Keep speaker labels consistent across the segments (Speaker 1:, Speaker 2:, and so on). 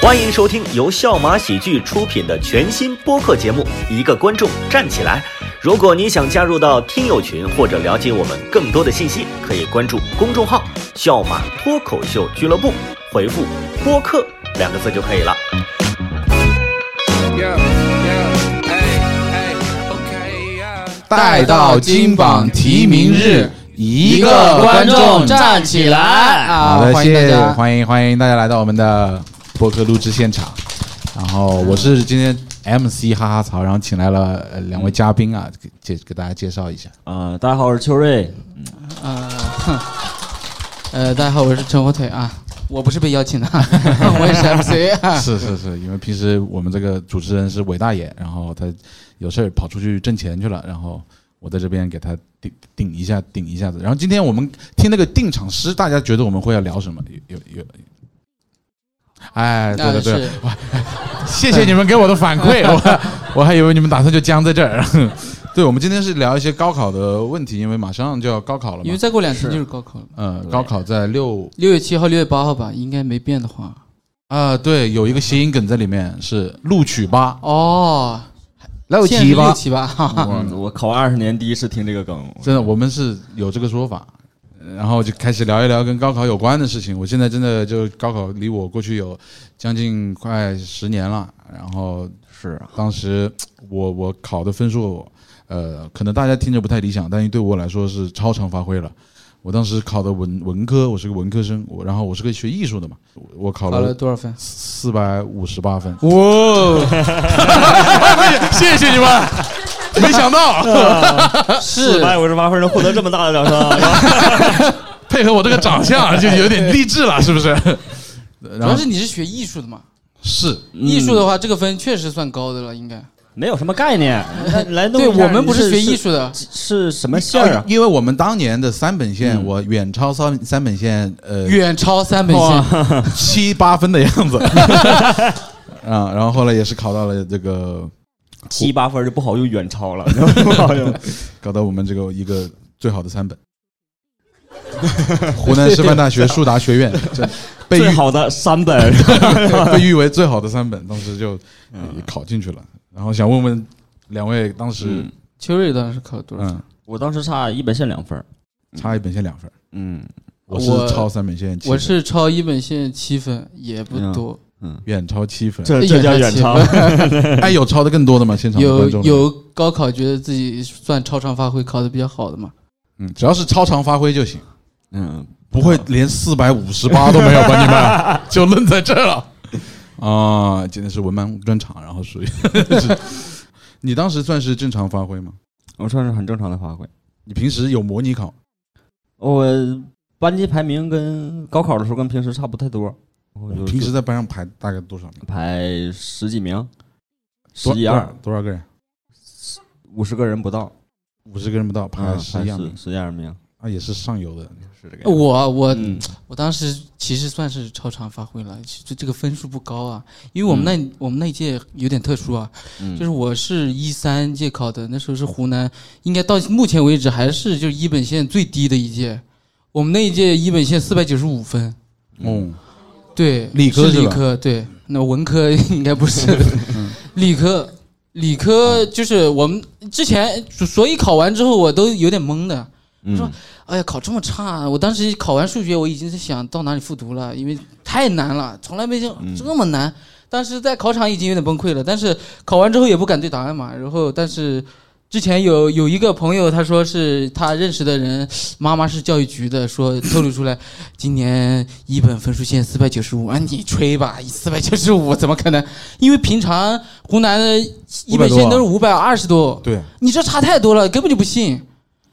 Speaker 1: 欢迎收听由笑马喜剧出品的全新播客节目《一个观众站起来》。如果你想加入到听友群或者了解我们更多的信息，可以关注公众号“笑马脱口秀俱乐部”，回复“播客”两个字就可以了。
Speaker 2: Yeah, yeah, hey, hey, okay, yeah.
Speaker 3: 待到金榜题名日，一
Speaker 4: 一
Speaker 3: 个
Speaker 4: 个观
Speaker 3: 观众
Speaker 4: 众
Speaker 3: 站。
Speaker 4: 站起来！
Speaker 3: 好
Speaker 5: 啊，
Speaker 3: 的，
Speaker 5: 欢
Speaker 3: 谢
Speaker 5: 迎大
Speaker 3: 谢，
Speaker 5: 家。
Speaker 3: 欢迎欢迎大家来到我们的播客录制现场。然后我是今天 MC 哈哈曹，然后请来了呃两位嘉宾啊，给介给大家介绍一下。
Speaker 4: 啊、大家好，我是秋瑞。
Speaker 5: 呃，哼呃，大家好，我是陈火腿啊，我不是被邀请的， 我也 是 MC 啊。
Speaker 3: 是是是，因为平时我们这个主持人是韦大爷，然后他有事儿跑出去挣钱去了，然后我在这边给他顶顶一下，顶一下子。然后今天我们听那个定场诗，大家觉得我们会要聊什么？有有有。哎，对
Speaker 5: 那
Speaker 3: 对对，
Speaker 5: 是
Speaker 3: 谢谢你们给我的反馈，我我还以为你们打算就僵在这儿。 对，我们今天是聊一些高考的问题，因为马上就要高考了
Speaker 5: 因
Speaker 3: 嘛
Speaker 5: 为。再过两天就是高考了，
Speaker 3: 嗯，高考在六
Speaker 5: 六月七号、六月八号吧，应该没变的话。
Speaker 3: 啊，对，有一个谐音梗在里面是录取吧，
Speaker 5: 哦，
Speaker 3: 六
Speaker 5: 现在是六七八，哈哈。
Speaker 4: 我我考二十年第一次听这个梗，
Speaker 3: 真的，我们是有这个说法。然后就开始聊一聊跟高考有关的事情。我现在真的就高考离我过去有将近快十年了。然后
Speaker 4: 是
Speaker 3: 当时我我考的分数，呃，可能大家听着不太理想，但是对我来说是超常发挥了。我当时考的文文科，我是个文科生，我然后我是个学艺术的嘛，我我考
Speaker 5: 考了
Speaker 3: 了
Speaker 5: 多少分？
Speaker 3: 四百五十八 分，
Speaker 5: 哇、
Speaker 3: 谢谢你们，没想 到
Speaker 5: 是
Speaker 4: 四百五十八分能获得这么大的掌声，啊
Speaker 3: 配合我这个长相就有点励志了，是不 是？
Speaker 5: 主
Speaker 3: 然
Speaker 5: 要
Speaker 3: 后
Speaker 5: 是你是学艺术的嘛？
Speaker 3: 是
Speaker 5: 艺术的话，这个分确实算高的了，应该。
Speaker 4: 没有什么概 念。来来弄一
Speaker 5: 对
Speaker 4: 下，
Speaker 5: 我们不
Speaker 4: 是
Speaker 5: 是学艺，术的，
Speaker 4: 是是什么馅儿啊？
Speaker 3: 因为我们当年的三本线，我远超三三本线，呃，
Speaker 5: 远超三本线。
Speaker 3: 七八分的样子。 啊，然后后来也是考到了这个，
Speaker 4: 七八分就不好用远超 了，不好用。
Speaker 3: 搞到我们这个一个最好的三本，湖南师范大学树达学 院，这被
Speaker 4: 最
Speaker 3: 誉
Speaker 4: 好的三本，
Speaker 3: 被誉为最好的三本，当时就呃也考进去了。然后想问问两位，当时
Speaker 4: 嗯
Speaker 5: 秋瑞当时考了多少分？
Speaker 3: 嗯
Speaker 4: 我当时差一本线两分。
Speaker 3: 差一本线两分，
Speaker 4: 嗯
Speaker 3: 我
Speaker 5: 我
Speaker 3: 是超三本线七分，
Speaker 5: 我是超一本线七分，也不
Speaker 4: 嗯
Speaker 5: 多。
Speaker 4: 嗯，
Speaker 3: 远超七分。
Speaker 4: 这
Speaker 5: 远
Speaker 4: 这叫
Speaker 5: 超
Speaker 4: 远
Speaker 5: 七
Speaker 4: 超。
Speaker 3: 哎，有超的更多的吗？现场的
Speaker 5: 有
Speaker 3: 观众
Speaker 5: 有高考觉得自己算超常发挥考的比较好的嘛？
Speaker 3: 嗯，只要是超常发挥就行。
Speaker 4: 嗯，
Speaker 3: 不会连四百五十八都没有吧？你们就愣在这儿了啊！今天是文盲专场，然后属于是你当时算是正常发挥吗？
Speaker 4: 我算是很正常的发挥。
Speaker 3: 你平时有模拟考？
Speaker 4: 我班级排名跟高考的时候跟平时差不太多，我就
Speaker 3: 平时在班上排大概多少名？
Speaker 4: 排十几名，十
Speaker 3: 多
Speaker 4: 一二，
Speaker 3: 多少多少个人？
Speaker 4: 五十个人不到，
Speaker 3: 五十个人不到，排
Speaker 4: 嗯
Speaker 3: 十一样名
Speaker 4: 十一二名，
Speaker 3: 啊，也是上游的。
Speaker 4: 是这个样子。
Speaker 5: 我我、
Speaker 4: 嗯
Speaker 5: 我当时其实算是超常发挥了，就这个分数不高啊，因为我们那、我们那一届有点特殊啊，
Speaker 4: 嗯
Speaker 5: 就是我是一三届考的，那时候是湖南，应该到目前为止还是就是一本线最低的一届，我们那一届一本线四百九十五分，
Speaker 3: 嗯，
Speaker 5: 对，
Speaker 3: 理科
Speaker 5: 是
Speaker 3: 是
Speaker 5: 理
Speaker 3: 吧嗯
Speaker 5: 科，对，那文科 应该不是，理科，理科就是我们之前，所以考完之后我都有点懵的，
Speaker 3: 嗯
Speaker 5: 说哎呀，考这么差、我当时考完数学，我已经是想到哪里复读了，因为太难了，从来没见
Speaker 3: 嗯
Speaker 5: 这么难。当时在考场已经有点崩溃了，但是考完之后也不敢对答案嘛。然后，但是之前有有一个朋友，他说是他认识的人，妈妈是教育局的，说透露出来，今年一本分数线四百九十五，啊，你吹吧，四百九十五怎么可能？因为平常湖南的一本线都是五百二十多，啊
Speaker 3: 对，
Speaker 5: 你这差太多了，根本就不信。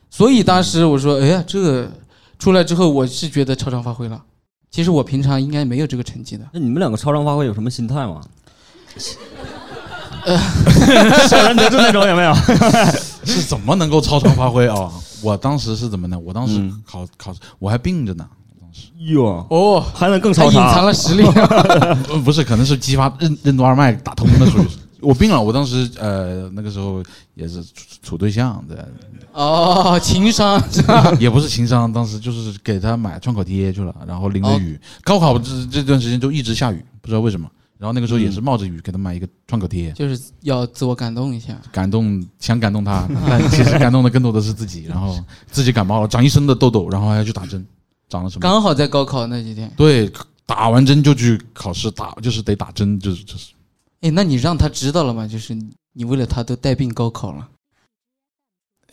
Speaker 5: 所以当时我说，哎呀，这个出来之后，我是觉得超常发挥了。其实我平常应该没有这个成绩的。
Speaker 4: 那你们两个超常发挥有什么心态吗？ 小人得志那种有没有？
Speaker 3: 是怎么能够超常发挥啊？我当时是怎么呢？我当时
Speaker 4: 嗯
Speaker 3: 考考，我还病着呢。
Speaker 4: 哟，
Speaker 5: 哦，
Speaker 4: 还能更
Speaker 5: 他
Speaker 4: 超
Speaker 5: 隐藏
Speaker 4: 常？
Speaker 5: 了实力。
Speaker 3: 呃，不是，可能是激发任任督二脉打通的属于。我病了，我当时呃那个时候也是处处对象的，
Speaker 5: 哦，情商 是吧？
Speaker 3: 也不是情商，当时就是
Speaker 5: 哦
Speaker 3: 给他买创可贴去了，然后淋着雨。高考这这段时间就一直下雨，不知道为什么。然后那个时候也是冒着雨给他买一个创可贴，
Speaker 5: 嗯就是要自我感动一下。
Speaker 3: 感动想感动他，但其实感动的更多的是自己。然后自己感冒了，长一身的痘痘，然后还要去打针，长了什么？
Speaker 5: 刚好在高考那几天，
Speaker 3: 对，打完针就去考试，打就是得打针，就是就是
Speaker 5: 哎，那你让他知道了吗？就是你你为了他都带病高考了，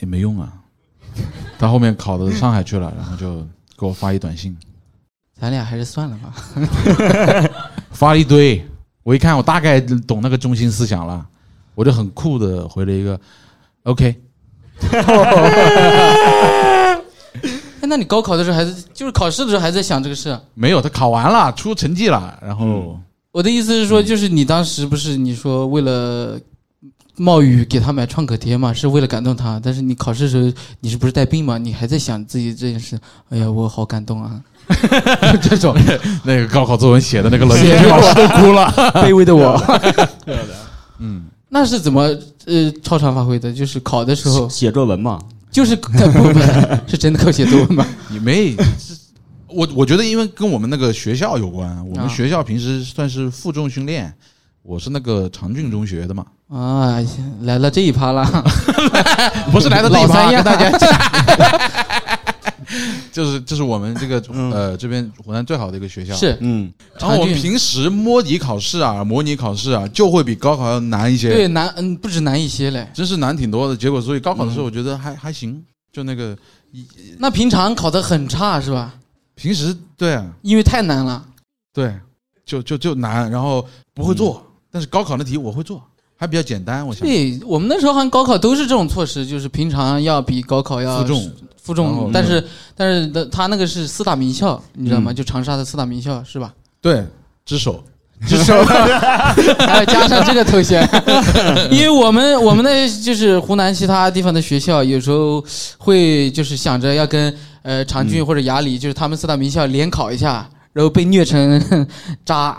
Speaker 3: 也没用啊。他后面考到上海去了，然后就给我发一短信，
Speaker 5: 咱俩还是算了吧。
Speaker 3: 发了一堆。我一看，我大概懂那个中心思想了，我就很酷的回了一个 “OK”。
Speaker 5: 哎，那你高考的时候还是就是考试的时候还在想这个事？啊
Speaker 3: 没有，他考完了，出成绩了，然后
Speaker 5: 我的意思是说，就是你当时不是你说为了冒雨给他买创可贴嘛，是为了感动他。但是你考试的时候，你是不是带病嘛？你还在想自己这件事。哎呀，我好感动 啊！就这种
Speaker 3: 那个高考作文写的那个冷
Speaker 5: 写
Speaker 3: 句，
Speaker 5: 的
Speaker 3: 老 师都哭了。
Speaker 5: 卑微的我，啊嗯那是怎么呃超常发挥的？就是考的时 候，
Speaker 4: 写作文嘛，
Speaker 5: 就是不不是真的靠写作文吗？
Speaker 3: 你没，是我我觉得因为跟我们那个学校有关，我
Speaker 5: 啊
Speaker 3: 们学校平时算是负重训练，我是那个长郡中学的嘛，
Speaker 5: 啊，来了这一趴了，
Speaker 3: 不是来的
Speaker 5: 老三
Speaker 3: 呀，
Speaker 5: 样
Speaker 3: 大家。就是就是我们这个呃这边湖南最好的一个学校，
Speaker 5: 是
Speaker 4: 嗯，
Speaker 3: 然后我们
Speaker 5: 长郡
Speaker 3: 平时摸底考试啊、模拟考试啊，就会比高考要难一些，
Speaker 5: 对难嗯不止难一些嘞。
Speaker 3: 真是难挺多的。结果所以高考的时
Speaker 5: 嗯
Speaker 3: 候，我觉得还、还行，就那个
Speaker 5: 那平常考得很差是吧？
Speaker 3: 平时对啊
Speaker 5: 因为太难了。
Speaker 3: 对，就就就难，然后不会做，但是高考那题我会做，还比较简单，我
Speaker 5: 嗯
Speaker 3: 想
Speaker 5: 对我们那时候好像高考都是这种措施，就是平常要比高考要
Speaker 3: 负重
Speaker 5: 负
Speaker 3: 然后
Speaker 5: 重，但是但是他那个是四大名校，你知道
Speaker 3: 嗯
Speaker 5: 吗？就长沙的四大名校是吧？
Speaker 3: 对之首，
Speaker 5: 还要加上这个头衔，因为我们我们那就是湖南其他地方的学校，有时候会就是想着要跟呃长郡或者雅礼，就是他们四大名校联考一下，然后被虐成 渣，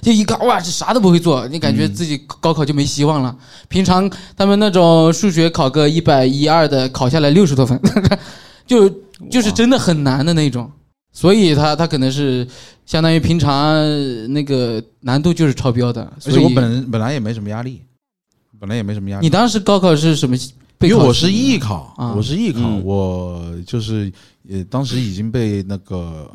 Speaker 5: 就一看哇，这啥都不会做，你感觉自己高考就没希望了。平常他们那种数学考个一百一二的，考下来六十多分， 就就是真的很难的那种。所以他他可能是相当于平常那个难度就是超标的，
Speaker 3: 而
Speaker 5: 所
Speaker 3: 且
Speaker 5: 以
Speaker 3: 我本人本来也没什么压力，本来也没什么压
Speaker 5: 你
Speaker 3: 力，
Speaker 5: 当时高考是什么？备
Speaker 3: 啊因为
Speaker 5: 考
Speaker 3: 我是
Speaker 5: 什么
Speaker 3: 艺考，
Speaker 5: 啊
Speaker 3: 我是艺考，
Speaker 4: 嗯
Speaker 3: 我就是呃当时已经被那个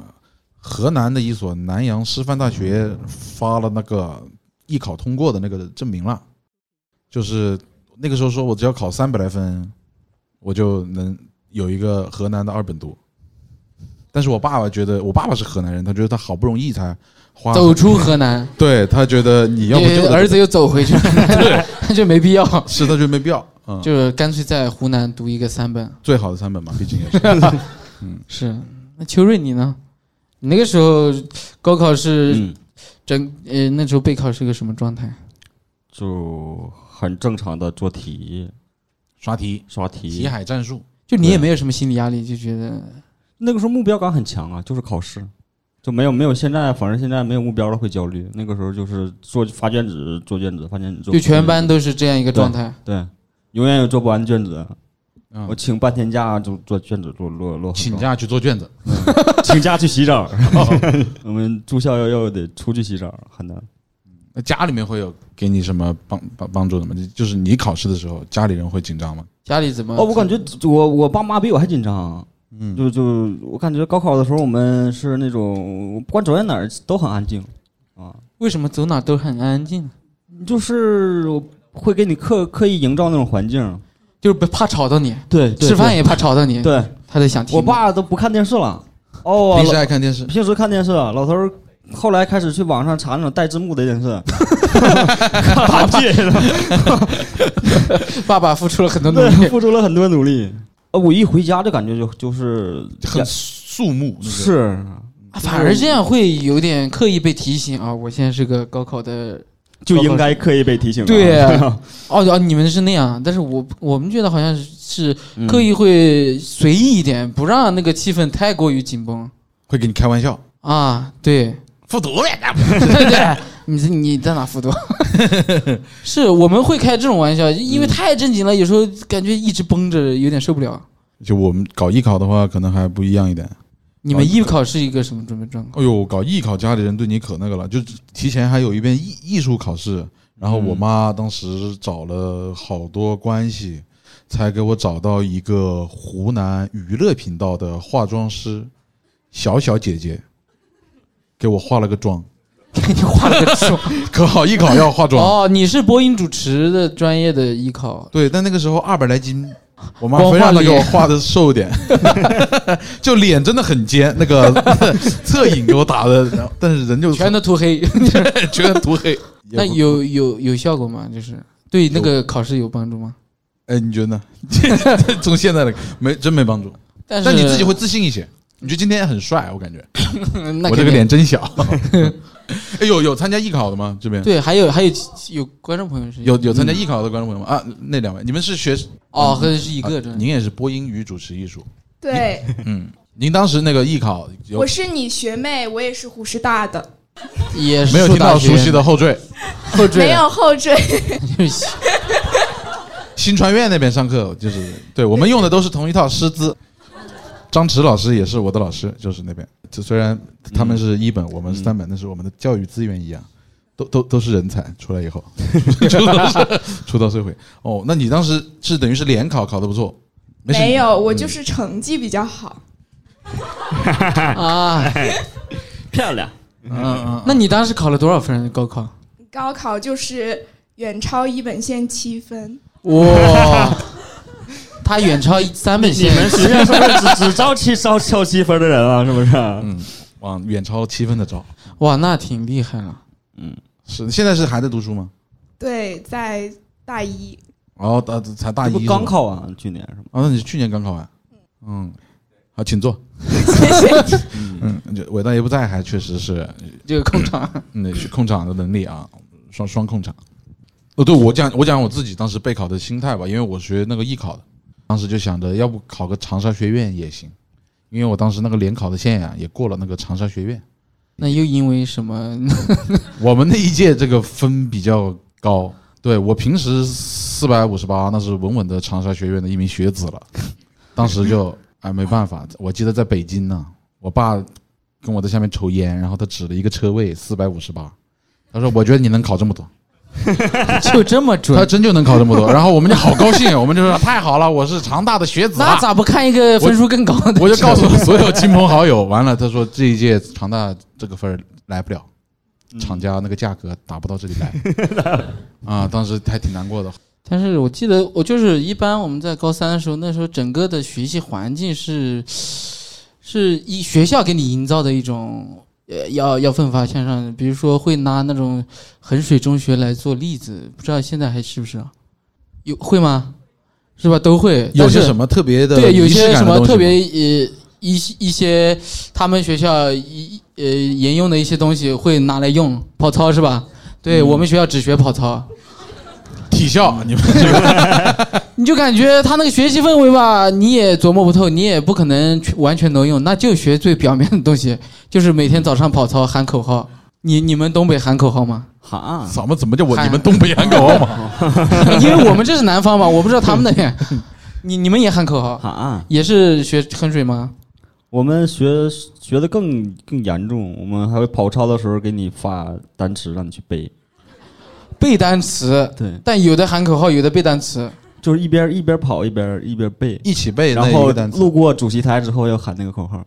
Speaker 3: 河南的一所南阳师范大学发了那个艺考通过的那个证明了，就是那个时候说我只要考三百来分，我就能有一个河南的二本读。但是我爸爸觉得，我爸爸是河南人，他觉得他好不容易才花，
Speaker 5: 走出河南，
Speaker 3: 对他觉得你啊要不
Speaker 5: 因
Speaker 3: 就
Speaker 5: 为儿子又走回去， 就没必要，
Speaker 3: 是他觉得没必要，嗯，
Speaker 5: 就是干脆在湖南读一个三本。
Speaker 3: 最好的三本嘛，毕竟也 是
Speaker 5: 是，那秋瑞你呢？你那个时候高考是
Speaker 4: 嗯，
Speaker 5: 整呃那时候备考是个什么状态？
Speaker 4: 就很正常的做题、
Speaker 3: 刷题、
Speaker 4: 刷
Speaker 3: 题
Speaker 4: 题。
Speaker 3: 海战术。
Speaker 5: 就你也没有什么心理压力，就觉得
Speaker 4: 那个时候目标感很强啊，就是考试，就没有没有现在，反正现在没有目标了会焦虑。那个时候就是做发卷子，做卷子，发卷子，做
Speaker 5: 就全班都是这样一个状态。
Speaker 4: 对，永远也做不完卷子。
Speaker 3: 嗯
Speaker 4: 我请半天假就做卷子，做落落
Speaker 3: 请假去做卷子，
Speaker 4: 请假去洗澡。我们住校要要得出去洗澡，很难。
Speaker 3: 那家里面会有给你什么帮帮帮助的吗？就就是你考试的时候，家里人会紧张吗？
Speaker 5: 家里怎么？
Speaker 4: 哦，我感觉我我爸妈比我还紧张。嗯，就就我感觉高考的时候，我们是那种不管走在哪儿都很安静啊，
Speaker 5: 为什么走哪都很安静？
Speaker 4: 就是会给你刻刻意营造那种环境。
Speaker 5: 就是不怕吵到你，
Speaker 4: 对，对
Speaker 5: 吃饭也怕吵到你。，
Speaker 4: 对，
Speaker 5: 他在想听。
Speaker 4: 我爸都不看电视了。哦，
Speaker 3: 平时
Speaker 4: 老
Speaker 3: 爱看 电视，
Speaker 4: 平时看电视，老头儿后来开始去网上查那种带字幕的电视，看韩剧了，
Speaker 5: 爸爸付出了很多努
Speaker 4: 对，
Speaker 5: 力，
Speaker 4: 付出了很多努力。呃，我一回家就感觉就就是
Speaker 3: 很肃穆，那个
Speaker 4: 是，
Speaker 5: 啊反而这样会有点刻意被提醒啊！我现在是个高考的
Speaker 4: 就应该刻意被提醒啊。
Speaker 5: 对哦哦，你们是那样，但是我我们觉得好像是
Speaker 4: 嗯
Speaker 5: 刻意会随意一点，不让那个气氛太过于紧绷
Speaker 3: 会给你开玩笑，
Speaker 5: 啊。对，
Speaker 3: 复读呗，那
Speaker 5: 对对，你这你在哪复读？ 是我们会开这种玩笑，因为太正经了，有时候感觉一直绷着，有点受不了。
Speaker 3: 不就我们搞艺考的话，可能还不一样一点。
Speaker 5: 你们艺考是一个什么准备状况？
Speaker 3: 哎呦，搞艺考家里人对你可那个了，就提前还有一遍艺艺术考试，然后我妈当时找了好多关系，才给我找到一个湖南娱乐频道的化妆师，小小姐姐，给我化了个妆，
Speaker 5: 给你画了个妆。
Speaker 3: 可好，艺考要化妆，
Speaker 5: 哦，你是播音主持的专业的艺考，
Speaker 3: 对，但那个时候二百来斤。我妈
Speaker 5: 光
Speaker 3: 非让
Speaker 5: 画
Speaker 3: 她给我
Speaker 5: 脸
Speaker 3: 画的瘦点， 就脸真的很尖，那个 侧影给我打的，然后但是人就
Speaker 5: 全都涂黑。
Speaker 3: 全涂黑。
Speaker 5: 那有有有效果吗？就是对那个考试有帮助吗？
Speaker 3: 哎，你觉得呢？ 从现在的没真没帮助，
Speaker 5: 但
Speaker 3: 但你自己会自信一些。你觉得今天很帅，我感觉
Speaker 5: 那
Speaker 3: 我
Speaker 5: 肯
Speaker 3: 这个
Speaker 5: 定
Speaker 3: 脸 真小。哎，有有参加艺考的吗？这边
Speaker 5: 对，还有还有有观众朋友是
Speaker 3: 有有参加艺考的观众朋友吗？啊，那两位，你们是学嗯
Speaker 5: 哦，和是一
Speaker 3: 一
Speaker 5: 个专业。
Speaker 3: 您也是播音与主持艺术。
Speaker 6: 对，
Speaker 3: 您当时那个艺考有
Speaker 6: 我是你学妹，我也是湖师大的，
Speaker 5: 也是
Speaker 3: 没有听到
Speaker 5: 大学哦
Speaker 3: 熟 悉的后缀？
Speaker 5: 后缀，
Speaker 6: 没 有后缀。
Speaker 3: 新传院那边上课就是，对我们用的都是同一套师资。张弛老师也是我的老师，就是那边。就虽然他们是一本，我们是三本，但是我们的教育资源一样，都都都是人才。出来以后， 出到社 出到社会。哦，那你当时是等于是联考考的不错，没事
Speaker 6: 没有，我就是成绩比较好。
Speaker 5: 啊？
Speaker 4: 漂亮，
Speaker 5: 那你当时考了多少分？高考？
Speaker 6: 高考就是远超一本线七分，
Speaker 5: 哇， 他远超三本
Speaker 4: 你
Speaker 5: 线。
Speaker 4: 们学校是不是只只招七招招七分的人啊？是不是？
Speaker 3: 嗯往远超七分的招。
Speaker 5: 哇，那挺厉害了。
Speaker 3: 是现在是还在读书吗？
Speaker 6: 对，在大一。
Speaker 3: 哦，大才大
Speaker 4: 这
Speaker 3: 一
Speaker 4: 不
Speaker 3: 是吗
Speaker 4: 刚考完去年是吗？
Speaker 3: 啊，那你去年刚考完？嗯，好，请坐。 嗯，就伟大爷不在，还确实是嗯
Speaker 5: 这个控 场，
Speaker 3: 那是控场的能力啊，双双控场。哦，对我讲我讲我自己当时备考的心态吧，因为我学那个艺考的，当时就想着要不考个长沙学院也行，因为我当时那个联考的县呀、也过了那个长沙学院，
Speaker 5: 那又因为什么？
Speaker 3: 我们那一届这个分比较高，对我平时四百五十八，那是稳稳的长沙学院的一名学子了。当时就哎没办法，我记得在北京呢，我爸跟我在下面抽烟，然后他指了一个车位四百五十八，他说我觉得你能考这么多，
Speaker 5: 就这么
Speaker 3: 他
Speaker 5: 准？
Speaker 3: 真就能考这么多，然后我们就好高兴，我们就说太好了，我是长大的学子啊
Speaker 5: 那
Speaker 3: 了。
Speaker 5: 咋不看一个分数更高 的？
Speaker 3: 我就告诉了所有亲朋好友，完了他说这一届长大这个分儿来不了，
Speaker 5: 嗯
Speaker 3: 厂家那个价格达不到这里来， 啊，当时还挺难过的。
Speaker 5: 但是我记得，我就是一般我们在高三的时候，那时候整个的学习环境是，是一学校给你营造的一种，呃，要要奋发向上。比如说会拿那种衡水中学来做例子，不知道现在还是不是啊？有会吗？是吧？都会。
Speaker 3: 有些
Speaker 5: 但是
Speaker 3: 什么特别的
Speaker 5: 对，有
Speaker 3: 仪式
Speaker 5: 些
Speaker 3: 感
Speaker 5: 什
Speaker 3: 的
Speaker 5: 么
Speaker 3: 东西
Speaker 5: 特
Speaker 3: 吗
Speaker 5: 别呃一些一些他们学校一呃沿用的一些东西会拿来用跑操是吧？对、我们学校只学跑操，
Speaker 3: 体
Speaker 5: 嗯
Speaker 3: 校，你们
Speaker 5: 你就感觉他那个学习氛围吧，你也琢磨不透，你也不可能全完全能用，那就学最表面的东西， 就是每天早上跑操喊口号。你你们东北喊口号吗？
Speaker 4: 哈，
Speaker 3: 怎么怎么叫我
Speaker 5: 嗨
Speaker 3: 你们东北喊口 号吗？
Speaker 5: 因为我们这是南方嘛，我不知道他们那边， 你你们也喊口号，
Speaker 4: 哈，
Speaker 5: 也是学衡水吗？
Speaker 4: 我们学学的更更严重，我们还会跑操的时候给你发单词让你去背。
Speaker 5: 背单词，
Speaker 4: 对，
Speaker 5: 但有的喊口号，有的背单词。
Speaker 4: 就是一边一边跑一边一边背，
Speaker 3: 一起背那
Speaker 4: 然
Speaker 3: 一
Speaker 4: 后
Speaker 3: 个单词
Speaker 4: 路，过主席台之后要喊那个口号。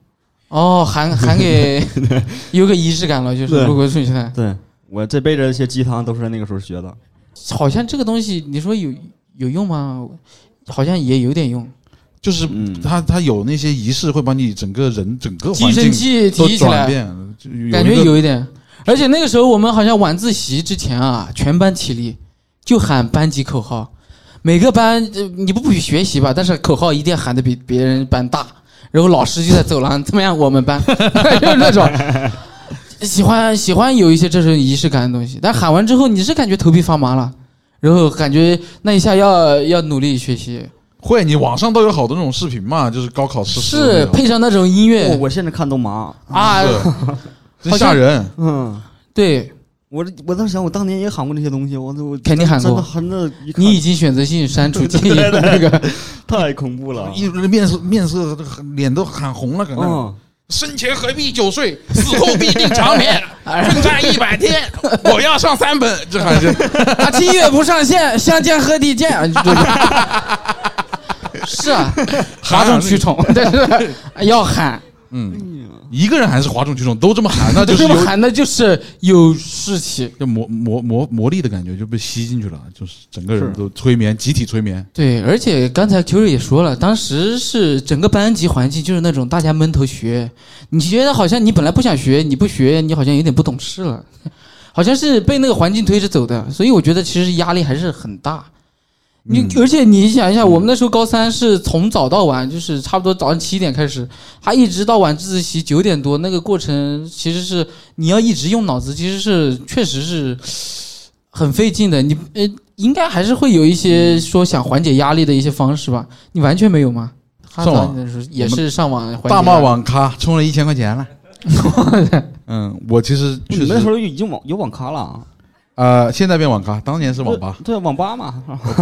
Speaker 5: 哦，喊喊给有个仪式感了，就是
Speaker 4: 对
Speaker 5: 路过顺序台。
Speaker 4: 对我这辈子这些鸡汤都是在那个时候学的。
Speaker 5: 好像这个东西，你说有有用吗？好像也有点用。
Speaker 3: 就是
Speaker 4: 嗯
Speaker 3: 他他有那些仪式会把你整个人整个
Speaker 5: 精
Speaker 3: 环
Speaker 5: 神
Speaker 3: 境
Speaker 5: 气
Speaker 3: 都
Speaker 5: 提起
Speaker 3: 转
Speaker 5: 来，
Speaker 3: 变，就一
Speaker 5: 感觉
Speaker 3: 个
Speaker 5: 有一点。而且那个时候我们好像晚自习之前啊，全班起立，就喊班级口号。每个班呃你不不许学习吧，但是口号一定要喊的比别人班大。然后老师就在走廊，怎么样？我们班 就是那种喜欢喜欢有一些这种仪式感的东西。但喊完之后，你是感觉头皮发麻了，然后感觉那一下要要努力学习，
Speaker 3: 会，你网上都有好多那种视频嘛，就是高考诗词
Speaker 5: 是
Speaker 3: 那种
Speaker 5: 配上那种音
Speaker 4: 我
Speaker 5: 乐
Speaker 4: 我现在看都麻。
Speaker 5: 啊，
Speaker 3: 是真
Speaker 5: 好像
Speaker 3: 吓人。
Speaker 4: 嗯，
Speaker 5: 对
Speaker 4: 我我在想，我当年也喊过这些东西，我我
Speaker 5: 肯定喊过
Speaker 4: 真的真的一看，
Speaker 5: 你已经选择性删除记忆的那个。
Speaker 4: 太恐怖了。
Speaker 3: 啊一面色面色，这个脸都喊红了，可能
Speaker 4: 嗯，
Speaker 3: 生前何必久睡，死后必定 长眠，
Speaker 4: 哎
Speaker 3: 奋战一百天， 我要上三本，这好像是
Speaker 5: 啊，七月不上线，相见何地见？ 啊就这种是啊，哗众取宠，但是要喊，
Speaker 3: 一个人还是哗众取宠，都这么喊，那就
Speaker 5: 这
Speaker 3: 是
Speaker 5: 么
Speaker 3: 有
Speaker 5: 喊的就是有士气。
Speaker 3: 就魔魔魔魔力的感觉就被吸进去了，就是整个人
Speaker 4: 是
Speaker 3: 都催眠，集体催眠。
Speaker 5: 对，而且刚才 Q 也说了，当时是整个班级环境就是那种大家闷头学，你觉得好像你本来不想学，你不学，你好像有点不懂事了， 好像是被那个环境推着走的，所以我觉得其实压力还是很大。你、而且你想一下，我们那时候高三是从早到晚，就是差不多早上七点开始，他一直到晚自习九点多，那个过程其实是你要一直用脑子，其实是确实是很费劲的。你呃，应该还是会有一些说想缓解压力的一些方式吧？你完全没有吗？哈
Speaker 3: 上网
Speaker 5: 早你的时候也是上网缓解
Speaker 3: 大
Speaker 5: 压
Speaker 3: 骂
Speaker 5: 力
Speaker 3: 网咖充了一千块钱 了。嗯，我其实
Speaker 4: 你
Speaker 3: 确
Speaker 4: 们那时
Speaker 3: 实
Speaker 4: 候已经网有网咖了啊，
Speaker 3: 呃，现在变网咖，当年是网 吧，
Speaker 4: 对网吧嘛，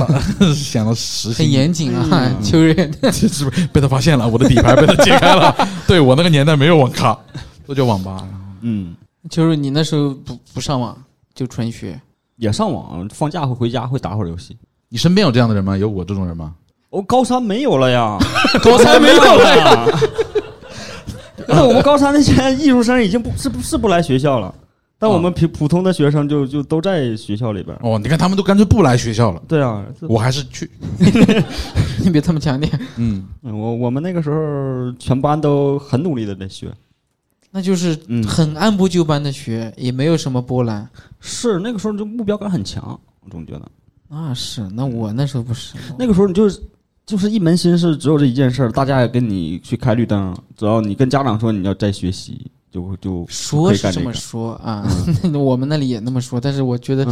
Speaker 3: 想到实
Speaker 5: 很
Speaker 3: 行，
Speaker 5: 严谨啊，秋瑞。
Speaker 3: 这是不是被他发现了？我的底牌被他揭开了。对我那个年代没有网咖，都叫网吧。
Speaker 4: 嗯，
Speaker 5: 就是你那时候不不上网就纯学，
Speaker 4: 也上网，放假会回家会打会儿游戏。
Speaker 3: 你身边有这样的人吗？有我这种人吗？
Speaker 4: 我高三没有了 呀，
Speaker 5: 高三没有了呀。
Speaker 4: 呀。那我们高三那些艺术生已经不是不是不来学校了，但我们普普通的学生就就都在学校里边儿。
Speaker 3: 哦，你看他们都干脆不来学校了，
Speaker 4: 对啊，这
Speaker 3: 我还是去。
Speaker 5: 你别这么强烈，
Speaker 3: 嗯，
Speaker 4: 嗯我我们那个时候全班都很努力的在学，
Speaker 5: 那就是
Speaker 4: 嗯
Speaker 5: 很按部就班的学，也没有什么波澜。
Speaker 4: 是那个时候就目标感很强，我总觉得
Speaker 5: 那是，那我那时候不是，
Speaker 4: 那个时候你就是就是一门心思只有这一件事儿，大家也跟你去开绿灯，只要你跟家长说你要在学习，就就
Speaker 5: 说
Speaker 4: 可以
Speaker 5: 是
Speaker 4: 干
Speaker 5: 这
Speaker 4: 这
Speaker 5: 么
Speaker 4: 个嗯
Speaker 5: 说啊， 我们那里也那么说，但是我觉得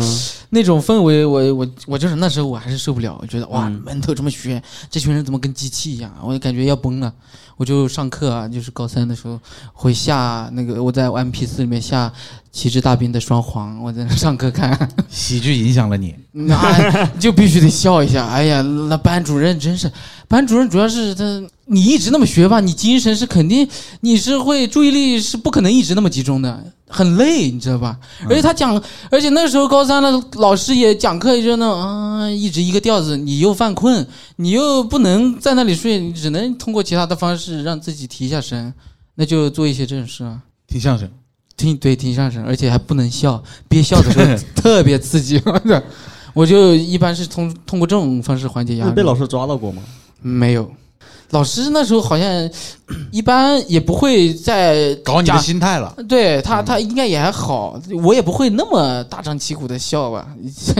Speaker 5: 那种氛围，我我我就是那时候我还是受不了，我觉得哇，
Speaker 4: 嗯
Speaker 5: 闷头这么学，这群人怎么跟机器一样？啊我就感觉要崩了。我就上课啊，就是高三的时候会下那个，我在 M P 四里面下《旗帜大兵》的双簧，我在那上课看。
Speaker 3: 喜剧影响了你。
Speaker 5: 那哎就必须得笑一下。哎呀，那班主任真是，班主任主要是他，你一直那么学吧，你精神是肯定，你是会注意力是不可能一直那么集中的，很累，你知道吧？而且他讲，而且那时候高三了，老师也讲课就那种啊，一直一个调子，你又犯困，你又不能在那里睡，你只能通过其他的方式让自己提一下神，那就做一些这种事啊。
Speaker 3: 听相声，
Speaker 5: 听对听相声，而且还不能笑，憋笑的时 候特别刺激。 我操我就一般是通通过这种方式缓解压
Speaker 4: 那被
Speaker 5: 力。
Speaker 4: 老师抓到过吗？
Speaker 5: 没有，老师那时候好像一般也不会在
Speaker 3: 搞你的
Speaker 5: 家
Speaker 3: 心态了。
Speaker 5: 对
Speaker 4: 嗯
Speaker 5: 他，他应该也还好，我也不会那么大张旗鼓的笑吧，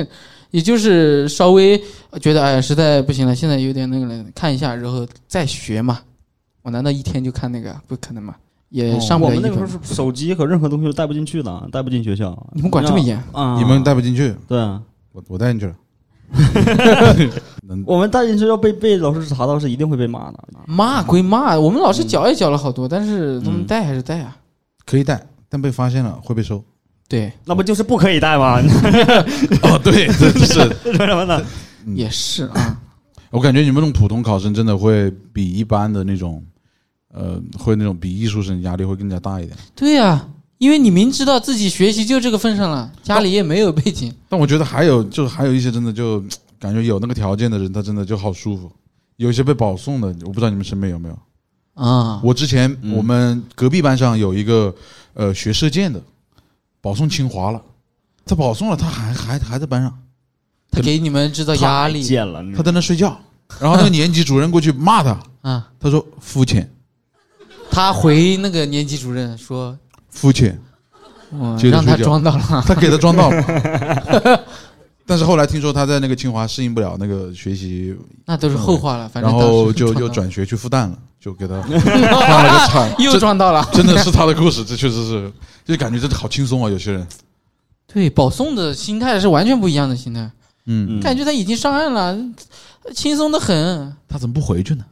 Speaker 5: 也就是稍微觉得哎呀实在不行了，现在有点那个了，看一下，然后再学嘛。我难道一天就看那个？啊不可能嘛，也
Speaker 3: 哦
Speaker 5: 上不
Speaker 4: 我
Speaker 5: 了一
Speaker 4: 们那
Speaker 5: 本
Speaker 4: 个时候
Speaker 5: 嘛。
Speaker 4: 是手机和任何东西都带不进去的，带不进学校。
Speaker 5: 你们管这么严？
Speaker 4: 啊？
Speaker 3: 你们带嗯不进去，
Speaker 4: 对啊，
Speaker 3: 我我带进去了。能
Speaker 4: 我们带进去要被被老师查到是一定会被骂的。
Speaker 3: 嗯
Speaker 5: 骂归骂，我们老师教也教了好多，但是他们带还是带啊。
Speaker 3: 可以带，但被发现了会被收。
Speaker 5: 对，
Speaker 4: 那不就是不可以带吗？ 说
Speaker 3: 哦，对，这是
Speaker 4: 什么呢？
Speaker 3: 嗯
Speaker 5: 也是 啊。
Speaker 3: 我感觉你们那种普通考生真的会比一般的那种，呃，会那种比艺术生压力会更加大一点。
Speaker 5: 对呀、因为你明知道自己学习就这个份上了，家里也没有背景，
Speaker 3: 但我觉得还有就是还有一些真的就感觉有那个条件的人，他真的就好舒服。有一些被保送的，我不知道你们身边有没有。
Speaker 5: 啊，
Speaker 3: 我之前
Speaker 4: 嗯
Speaker 3: 我们隔壁班上有一个呃学射箭的，保送清华了，他保送了，他还还还在班上。
Speaker 5: 他给你们制造压
Speaker 4: 太
Speaker 5: 力
Speaker 4: 贱了，你
Speaker 3: 他在那睡觉，然后那个年级主任过去骂他，
Speaker 5: 啊。
Speaker 3: 他说肤浅，
Speaker 5: 他回那个年级主任说，
Speaker 3: 肤浅，
Speaker 5: 我
Speaker 3: 接着
Speaker 5: 让他
Speaker 3: 睡觉
Speaker 5: 装到 了，
Speaker 3: 他给他装到了。 但是后来听说他在那个清华适应不了那个学习，
Speaker 5: 那都是后话了。反正
Speaker 3: 然后
Speaker 5: 当时
Speaker 3: 就就
Speaker 5: 撞到了
Speaker 3: 转学去复旦了，就给他 换了个厂，
Speaker 5: 又撞到了。
Speaker 3: 这 真的是他的故事，这确实是，就感觉这好轻松啊，有些人，
Speaker 5: 对，保送的心态是完全不一样的心态，
Speaker 3: 嗯，
Speaker 5: 感觉他已经上岸了，轻松的很。
Speaker 3: 他怎么不回去呢？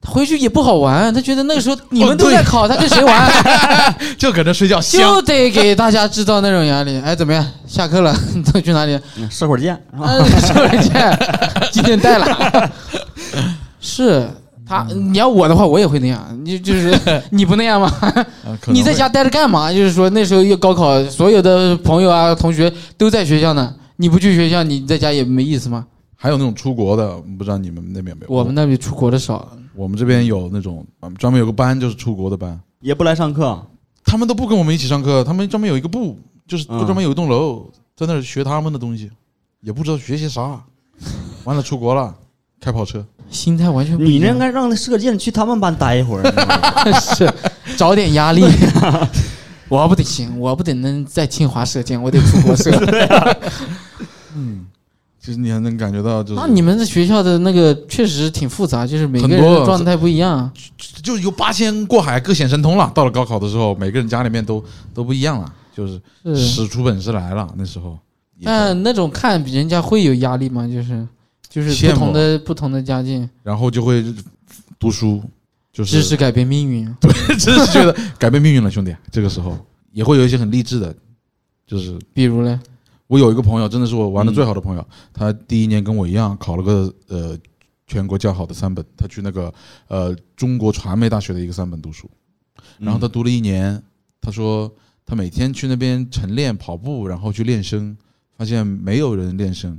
Speaker 5: 他回去也不好玩，他觉得那个时候你们都
Speaker 3: 对
Speaker 5: 在考，他跟谁玩？哦
Speaker 3: 就搁那睡觉，香
Speaker 5: 就得给大家制造那种压力。哎，怎么样？下课了， 你都去哪
Speaker 3: 啊
Speaker 5: 里？啊
Speaker 4: 嗯社会见。
Speaker 5: 嗯，收拾去，今天带了。是，他你要我的话，我也会那样。你就是 你不那样吗？
Speaker 3: 啊可能
Speaker 5: 你在家待着干嘛？就是说那时候又高考，所有的朋友啊、同学都在学校呢，你不去学校，你在家也没意思吗？
Speaker 3: 还有那种出国的，不知道你们那边有没有？
Speaker 5: 我们那里出国的少，
Speaker 3: 我们这边有那种嗯专门有个班，就是出国的班，
Speaker 4: 也不来上课，
Speaker 3: 他们都不跟我们一起上课，他们专门有一个部，就是
Speaker 4: 嗯
Speaker 3: 都专门有一栋楼，在那儿学他们的东西，也不知道学些啥。完了，出国了，开跑车，
Speaker 5: 心态
Speaker 3: 嗯
Speaker 5: 完全不
Speaker 4: 你
Speaker 5: 一
Speaker 4: 应
Speaker 5: 样。
Speaker 4: 该让那射箭去他们班待一会儿。
Speaker 5: 是找点压 力。我不得行，我不得能在清华射箭，我得出国 射。
Speaker 3: 就是你还能感觉到，就是
Speaker 5: 那啊你们的学校的那个确实挺复杂，就是每个人
Speaker 3: 很
Speaker 5: 的
Speaker 3: 多
Speaker 5: 状态不一样。
Speaker 3: 就有八仙过海，各显神通了。到了高考的时候，每个人家里面都都不一样了，就是
Speaker 5: 是，嗯
Speaker 3: 使出本事来了。那时候，也
Speaker 5: 但那种看人家会有压力吗？就是就是
Speaker 3: 羡
Speaker 5: 不
Speaker 3: 慕
Speaker 5: 同的不同的家境，
Speaker 3: 然后就会读书，就
Speaker 5: 知
Speaker 3: 是
Speaker 5: 识改变命运。
Speaker 3: 真是觉得改变命运了，兄弟。这个时候也会有一些很励志的，就是
Speaker 5: 比如嘞，
Speaker 3: 我有一个朋友，真的是我
Speaker 5: 嗯
Speaker 3: 玩的最好的朋友，他第一年跟我一样考了个呃全国较好的三本，他去那个呃中国传媒大学的一个三本读书，
Speaker 5: 嗯
Speaker 3: 然后他读了一年，他说他每天去那边晨练跑步，然后去练声，发现没有人练声，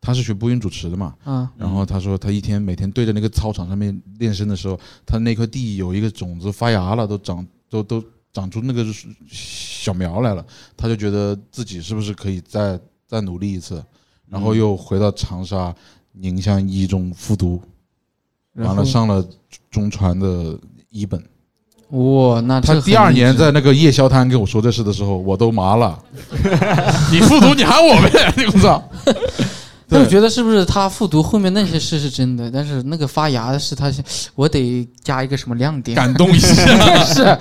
Speaker 3: 他是学播音主持的嘛，
Speaker 5: 啊，
Speaker 3: 然后他说他一天每天对着那个操场上面练身的时候，他那块地有一个种子发芽了，都长都都长出那个小苗来了，他就觉得自己是不是可以再再努力一次，然后又回到长沙宁乡一中复读，
Speaker 5: 然
Speaker 3: 完
Speaker 5: 后
Speaker 3: 了上了中传的一本。
Speaker 5: 哇，那这
Speaker 3: 他
Speaker 5: 很
Speaker 3: 第二
Speaker 5: 励志
Speaker 3: 年在那个夜宵摊跟我说这事的时候，我都麻了。 你复读你喊我呗，你我操！
Speaker 5: 那我
Speaker 3: 对
Speaker 5: 觉得是不是他复读后面那些事是真的，但是那个发芽的是他先，我得加一个什么亮点？
Speaker 3: 感动一下，
Speaker 5: 是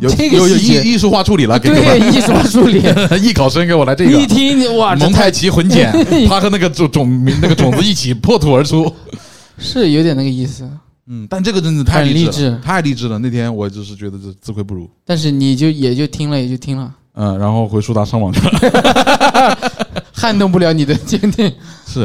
Speaker 3: 有
Speaker 5: 这个
Speaker 3: 有有
Speaker 5: 细节
Speaker 3: 艺艺术化处理了，给你们。
Speaker 5: 对艺术处理，
Speaker 3: 艺考生给我来这
Speaker 5: 一
Speaker 3: 个。
Speaker 5: 听哇，这
Speaker 3: 蒙
Speaker 5: 太
Speaker 3: 太奇混 剪，他和那个种种那个种子一起破土而出。
Speaker 5: 是有点那个意思。
Speaker 3: 嗯，但这个真的太
Speaker 5: 很
Speaker 3: 励
Speaker 5: 励
Speaker 3: 志
Speaker 5: 志
Speaker 3: 了，太励志了。那天我就是觉得这自愧不如。
Speaker 5: 但是你就也就听了，也就听了，
Speaker 3: 嗯，然后回苏达上网去了。
Speaker 5: 撼动不了你的坚定。
Speaker 3: 是，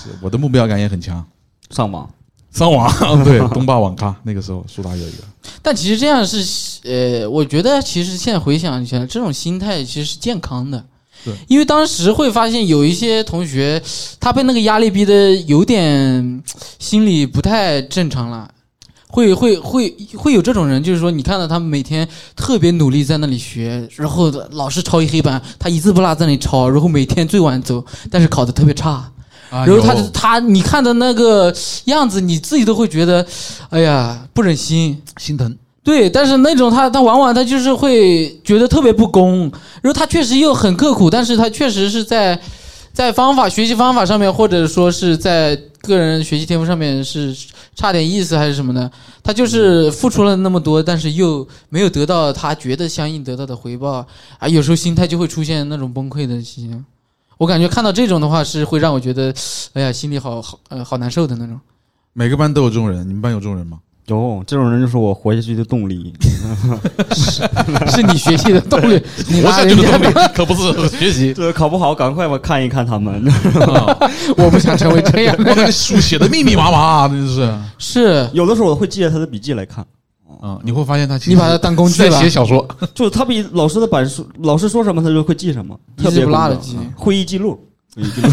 Speaker 3: 是我的目标感也很强。
Speaker 4: 上网，
Speaker 3: 上网， 对，东坝网咖，那个时候苏达有一个。
Speaker 5: 但其实这样是，呃，我觉得其实现在回想起来，这种心态其实是健康的
Speaker 3: 对。
Speaker 5: 因为当时会发现有一些同学，他被那个压力逼得有点心理不太正常了，会会会会有这种人，就是说你看到他们每天特别努力在那里学，然后老师抄一黑板，他一字不落在那里抄，然后每天最晚走，但是考得特别差。
Speaker 3: 啊
Speaker 5: 然后他就他，你看的那个样子，你自己都会觉得，哎呀，不忍心。
Speaker 3: 心疼，
Speaker 5: 对，但是那种他，他往往他就是会觉得特别不公。然后他确实又很刻苦，但是他确实是在在方法、学习方法上面，或者说是在个人学习天赋上面是差点意思还是什么呢？他就是付出了那么多，但是又没有得到他觉得相应得到的回报啊，有时候心态就会出现那种崩溃的迹象。我感觉看到这种的话，是会让我觉得，哎呀，心里好好呃好难受的那种。
Speaker 3: 每个班都有这种人，你们班有这种人 吗？
Speaker 4: 有哦这种人就是我活下去的动 力。。
Speaker 5: 是你学习的动力，你
Speaker 3: 活
Speaker 5: 拉
Speaker 3: 下
Speaker 5: 人
Speaker 3: 去的
Speaker 5: 家
Speaker 3: 动力可不是学习
Speaker 4: 对，考不好赶快吧，看一看他们。
Speaker 3: 啊
Speaker 5: 我不想成为这样 的
Speaker 3: 我感
Speaker 5: 人。
Speaker 3: 觉书写的密密麻麻，真是。
Speaker 5: 是
Speaker 4: 有的时候我会借他的笔记来看，
Speaker 3: 啊，你会发现他其实
Speaker 5: 你把它当工具
Speaker 3: 在
Speaker 5: 了
Speaker 3: 写，小说，
Speaker 4: 就是他比老师的板书，老师说什么他就会记什么，
Speaker 5: 一字
Speaker 4: 特别
Speaker 5: 不落地
Speaker 4: 工整
Speaker 5: 记
Speaker 4: 嗯会议记录。会议记录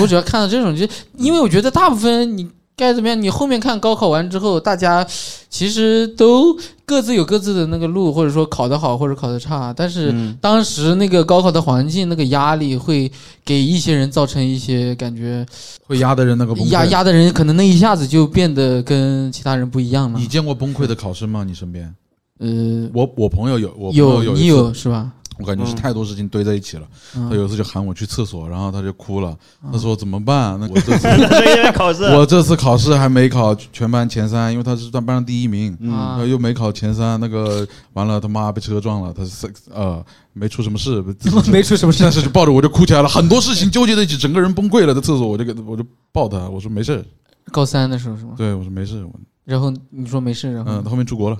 Speaker 5: 我只要看到这种，就因为我觉得大部分你该怎么样，你后面看高考完之后，大家其实都各自有各自的那个路，或者说考得好或者考得差，但是
Speaker 4: 嗯
Speaker 5: 当时那个高考的环境那个压力会给一些人造成一些感觉，
Speaker 3: 会压得人那个崩溃。
Speaker 5: 压压的人可能那一下子就变得跟其他人不一样了
Speaker 3: 你。见过崩溃的考生吗？你身边？
Speaker 5: 呃，
Speaker 3: 我我朋友有，嗯我朋友
Speaker 5: 有
Speaker 3: 有
Speaker 5: 你
Speaker 3: 一次
Speaker 5: 有是吧？
Speaker 3: 我感觉是
Speaker 4: 嗯
Speaker 3: 太多事情堆在一起了。
Speaker 5: 嗯
Speaker 3: 他有一次就喊我去厕所，然后他就哭了。他说怎么办？那我这 次
Speaker 4: 因为考试，
Speaker 3: 我这次考试还没考全班前三，因为他是班班上第一名，
Speaker 4: 嗯
Speaker 3: 然
Speaker 5: 啊
Speaker 3: 后又没考前三。那个完了，他妈被车撞了，他是呃没出什 么事，自己
Speaker 5: 没出什么事
Speaker 3: 但是就抱着我就哭起来了，很多事情纠结在一起，整个人崩溃了。在厕所我就给我就抱他，我说没事儿，
Speaker 5: 高三的时候是吗？
Speaker 3: 对我说没事儿，我
Speaker 5: 然后你说没事，然后
Speaker 3: 嗯，他后面出国了，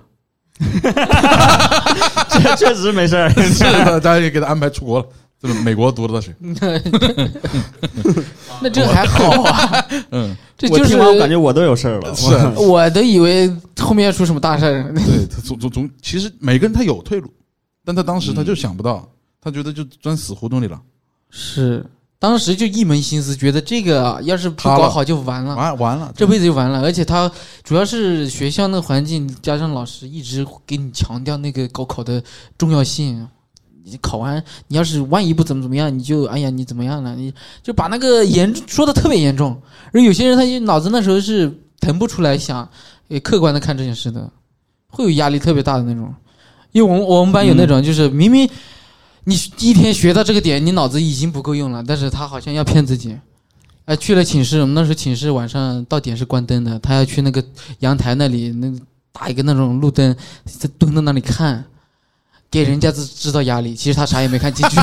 Speaker 4: 确实没事儿。
Speaker 3: 是的，大家也给他安排出国了，就是美国读的大学，
Speaker 5: 嗯那这还好啊，
Speaker 3: 嗯，
Speaker 5: 这
Speaker 4: 我
Speaker 5: 就
Speaker 4: 听
Speaker 5: 是
Speaker 4: 完我感觉我都有事儿 了。
Speaker 3: 是啊，
Speaker 5: 我都以为后面要出什么大事儿，
Speaker 3: 对，他总总总，其实每个人他有退路，但他当时
Speaker 5: 嗯
Speaker 3: 他就想不到，他觉得就钻死胡同里了，
Speaker 5: 是当时就一门心思觉得这个啊要是不搞好就完了。
Speaker 3: 完完了，
Speaker 5: 啊这辈子就完了，而且他主要是学校那个环境，加上老师一直给你强调那个高考的重要性。你考完，你要是万一不怎么怎么样，你就哎呀，你怎么样了？你就把那个严说的特别严重。而有些人他就脑子那时候是腾不出来想，呃，客观的看这件事的，会有压力特别大的那种。因为我们我们班有那种，就是明明你第一天学到这个点，你脑子已经不够用了，但是他好像要骗自己。哎，去了寝室，我们那时候寝室晚上到点是关灯的，他要去那个阳台那里那打一个那种路灯，在蹲在那里看，给人家制制造压力。其实他啥也没看进去，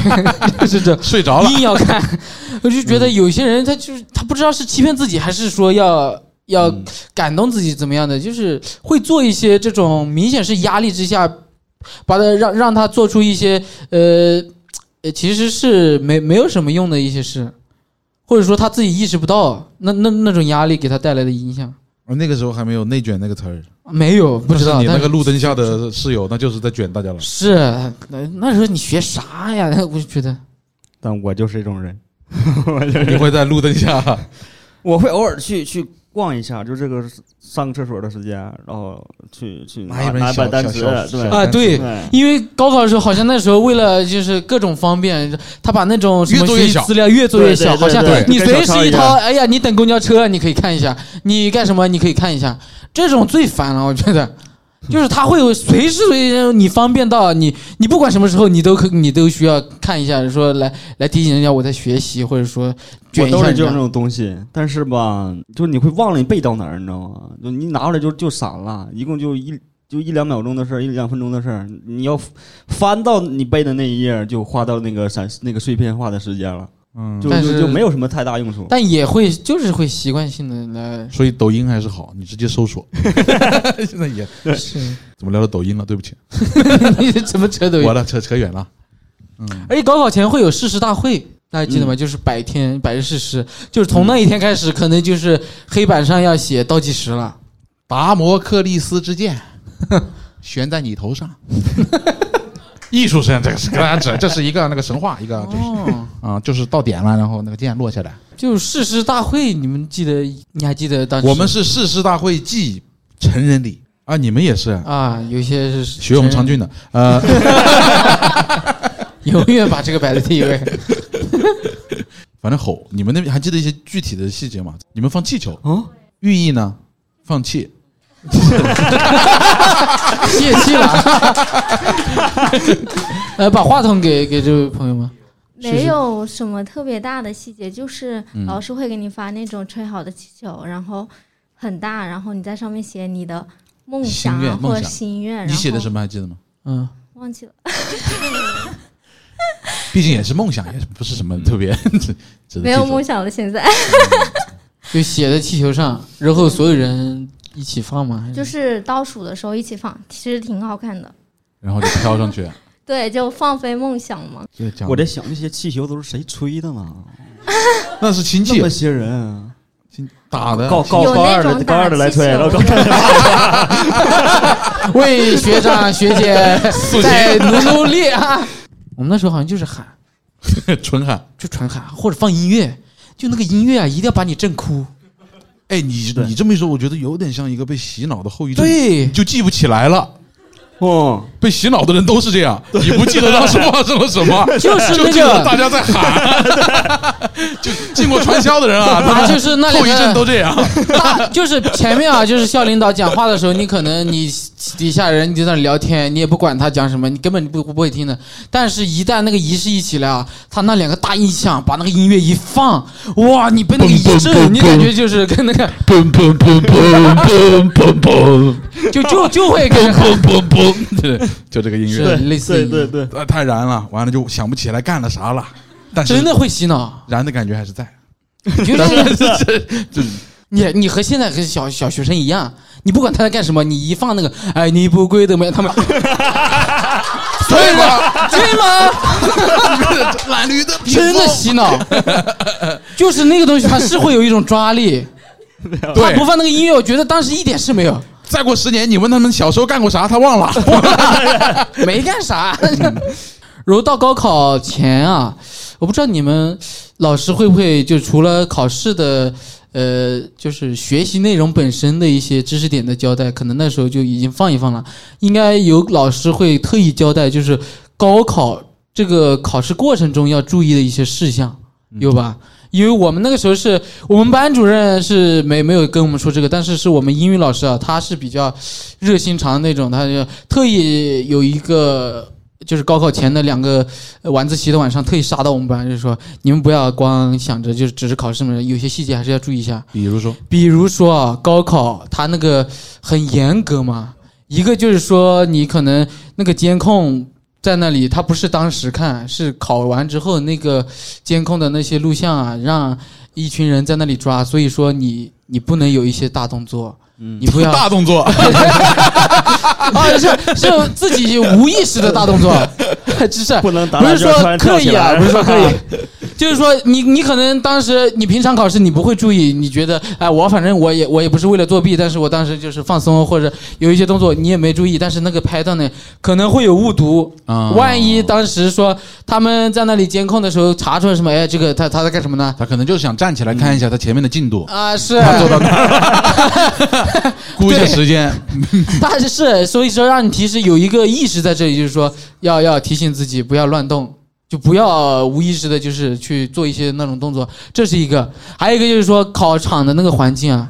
Speaker 5: 就是这
Speaker 3: 睡着了，
Speaker 5: 硬要看，我就觉得有些人他就是他不知道是欺骗自己，还是说要要
Speaker 4: 嗯
Speaker 5: 感动自己怎么样的，就是会做一些这种明显是压力之下，把他让让他做出一些呃呃其实是没没有什么用的一些事，或者说他自己意识不到那那那种压力给他带来的影响，
Speaker 3: 那个时候还没有内卷那个词儿，
Speaker 5: 没有不知道
Speaker 3: 你那
Speaker 5: 但
Speaker 3: 个路灯下的室友，那就是在卷大家了。
Speaker 5: 是那那时候你学啥呀？ 我就觉得
Speaker 4: 但我就是这种人，
Speaker 3: 你会在路 灯下，
Speaker 4: 我会偶尔去去逛一下，就这个上个厕所的时间，然后去去
Speaker 3: 拿一
Speaker 4: 拿
Speaker 3: 本
Speaker 4: 拿
Speaker 3: 小
Speaker 4: 本单
Speaker 3: 小
Speaker 4: 词，
Speaker 3: 小
Speaker 4: 对
Speaker 3: 小哎
Speaker 5: 啊对。
Speaker 4: 对
Speaker 5: 因为高考的时候，好像那时候为了就是各种方便，他把那种什么
Speaker 3: 越做
Speaker 5: 学
Speaker 3: 越
Speaker 5: 习
Speaker 3: 小
Speaker 5: 资料越做越
Speaker 4: 对
Speaker 5: 小，
Speaker 4: 对对
Speaker 5: 好像
Speaker 4: 对
Speaker 5: 你随
Speaker 4: 跟小抄
Speaker 5: 时
Speaker 4: 一
Speaker 5: 一掏，
Speaker 4: 样
Speaker 5: 哎呀，你等公交车你可以看一下，你干什么你可以看一下，这种最烦了，我觉得。就是他会有随时随地你方便到你，你不管什么时候你都可你都需要看一下，说来来提醒人家我在学习，或者说卷
Speaker 4: 我
Speaker 5: 一
Speaker 4: 兜
Speaker 5: 下
Speaker 4: 里
Speaker 5: 啊人
Speaker 4: 就有那
Speaker 5: 家。
Speaker 4: 种东西，但是吧，就是你会忘了你背到哪儿，你知道吗？就你拿出来就就散了，一共就一就一两秒钟的事儿，一两分钟的事儿。你要翻到你背的那一页，就花到那个闪那个碎片化的时间了，
Speaker 3: 嗯，
Speaker 4: 就
Speaker 5: 但
Speaker 4: 就是就没有什么太大用处。
Speaker 5: 但也会就是会习惯性的 来
Speaker 3: 所以抖音还是好，你直接搜索。现在也，
Speaker 5: 是，
Speaker 3: 怎么聊到抖音了？对不起，
Speaker 5: 你怎么扯抖音
Speaker 3: 完？了，扯扯远了。嗯，
Speaker 5: 而且高考前会有誓师大会，大家记得吗？就是百天百日誓师，就是从那一天开始，可能就是黑板上要写倒计时了。
Speaker 3: 达摩克利斯之 剑悬在你头上。艺术生，这个是跟大家 讲，这是一个那个神话，一个就是
Speaker 5: 哦，
Speaker 3: 啊、就是到点了，然后那个剑落下来。
Speaker 5: 就誓师大会，你们记得？你还记得当时
Speaker 3: 我们是誓师大会暨成人礼啊，你们也是
Speaker 5: 啊，有些是
Speaker 3: 学我们长，俊的，呃，
Speaker 5: 永远把这个摆在第一 位。
Speaker 3: 反正吼，你们那边还记得一些具体的细节吗？你们放气球，
Speaker 4: 啊，
Speaker 3: 寓意呢？放弃，
Speaker 5: 泄气了。 呃，把话筒给给这位朋友们。
Speaker 7: 没有什么特别大的细节，就是老师会给你发那种吹好的气球，嗯然后很大，然后你在上面写你的梦想
Speaker 3: 心
Speaker 7: 啊
Speaker 3: 愿
Speaker 7: 或
Speaker 3: 梦
Speaker 7: 者
Speaker 3: 想
Speaker 7: 心
Speaker 8: 哎
Speaker 7: 愿。
Speaker 3: 你写的什
Speaker 7: 么？
Speaker 3: 么还记得吗？
Speaker 5: 嗯，
Speaker 7: 忘记了。
Speaker 3: 毕竟也是梦想，也不是什么特别 值得
Speaker 7: 没有梦
Speaker 3: 想。
Speaker 7: 想了，现在
Speaker 5: 就写在气球上，然后所有人一起放嘛。还
Speaker 7: 就是倒数的时候一起放，其实挺好看的。
Speaker 3: 然后就飘上去，
Speaker 7: 对，就放飞梦想嘛。
Speaker 3: 就这样
Speaker 4: 我在想这些气球都是谁吹的呢？
Speaker 3: 那是亲
Speaker 4: 那
Speaker 3: 戚
Speaker 4: 么些人，
Speaker 3: 打的，
Speaker 4: 高高
Speaker 7: 有
Speaker 4: 高二
Speaker 7: 那
Speaker 4: 的
Speaker 7: 种
Speaker 4: 高
Speaker 7: 打
Speaker 4: 二的
Speaker 7: 气球
Speaker 4: 来吹，然后高
Speaker 5: 为学长学 姐再努努力啊！我们那时候好像就是喊，
Speaker 3: 纯喊。
Speaker 5: 就纯喊，或者放音乐，就那个音乐啊，一定要把你震哭。
Speaker 3: 哎，你
Speaker 4: 对
Speaker 3: 你这么一说，我觉得有点像一个被洗脑的后遗症，
Speaker 5: 对
Speaker 3: 你，就记不起来了。
Speaker 4: 嗯，
Speaker 3: 被洗脑的人都是这样，你不记得当时发生了什么，
Speaker 5: 就是
Speaker 3: 就
Speaker 5: 那
Speaker 3: 记得
Speaker 5: 个，
Speaker 3: 大家在喊， 就进过传销的人啊，
Speaker 5: 啊，
Speaker 3: 他们
Speaker 5: 就是那
Speaker 3: 后遗症
Speaker 5: 两
Speaker 3: 都
Speaker 5: 个
Speaker 3: 这 样。
Speaker 5: 大，就是前面啊，就是校领导讲话的时候，你可能你底下人你就在那聊天，你也不管他讲什么，你根本不不会听的。但是，一旦那个仪式一起来啊，他那两个大音响把那个音乐一放，哇，你被那个一震，你感觉就是跟那个
Speaker 3: 嘣嘣嘣嘣嘣嘣嘣
Speaker 5: 就就就会跟
Speaker 3: 嘣
Speaker 5: 着喊，
Speaker 3: 嘣嘣嘣，对，就这个音乐
Speaker 5: 是，类似
Speaker 4: 对
Speaker 5: 于
Speaker 4: 对对，
Speaker 3: 啊，太燃了，完了就想不起来干了啥了，但是
Speaker 5: 真的会洗脑。
Speaker 3: 燃的感觉还 是在。
Speaker 5: 你觉 得你你和现在和小小学生一样，你不管他在干什么，你一放那个“哎，你不 归的门”，他们所有人对吗？
Speaker 3: 蓝绿的屏
Speaker 5: 真的
Speaker 3: 风
Speaker 5: 洗脑，就是那个东西，它是会有一种抓力。他不
Speaker 3: 对，
Speaker 5: 放那个音乐，我觉得当时一点事没有，
Speaker 3: 再过十年，你问他们小时候干过啥，他忘了。
Speaker 5: 没干啥。然后到高考前啊，我不知道你们老师会不会就除了考试的，呃，就是学习内容本身的一些知识点的交代，可能那时候就已经放一放了。应该有老师会特意交代，就是高考这个考试过程中要注意的一些事项，有吧？因为我们那个时候是我们班主任是没没有跟我们说这个，但是是我们英语老师啊，他是比较热心肠的那种，他就特意有一个就是高考前的两个呃晚自习的晚上，特意杀到我们班，就是说你们不要光想着就是只是考试嘛，有些细节还是要注意一下。
Speaker 3: 比如说，
Speaker 5: 比如说啊，高考它那个很严格嘛，一个就是说你可能那个监控在那里，它不是当时看，是考完之后那个监控的那些录像啊，让一群人在那里抓，所以说你你不能有一些大动作，你 不要
Speaker 3: 大动作，
Speaker 5: 啊， 是是自己无意识的大动作，只是
Speaker 4: 不能打
Speaker 5: 不
Speaker 4: 打
Speaker 5: 是
Speaker 4: 转
Speaker 5: 说
Speaker 4: 突然跳
Speaker 5: 刻
Speaker 4: 起
Speaker 5: 意啊，
Speaker 4: 来，
Speaker 5: 不是说刻意， 就是说你你可能当时你平常考试你不会注意，你觉得哎，我反正我也我也不是为了作弊，但是我当时就是放松或者有一些动作你也没注意，但是那个拍到呢可能会有误读，
Speaker 3: 啊
Speaker 5: 万一当时说他们在那里监控的时候查出来什么，哎，这个他他在干什么呢？
Speaker 3: 他可能就是想站起来看一下他前面的进 度，
Speaker 5: 啊，是
Speaker 3: 他做到哪儿估一下
Speaker 5: 对
Speaker 3: 时间，
Speaker 5: 但是，所以说让你提示有一个意识在这里，就是说要要提醒自己不要乱动，就不要无意识的，就是去做一些那种动作，这是一个。还有一个就是说考场的那个环境啊，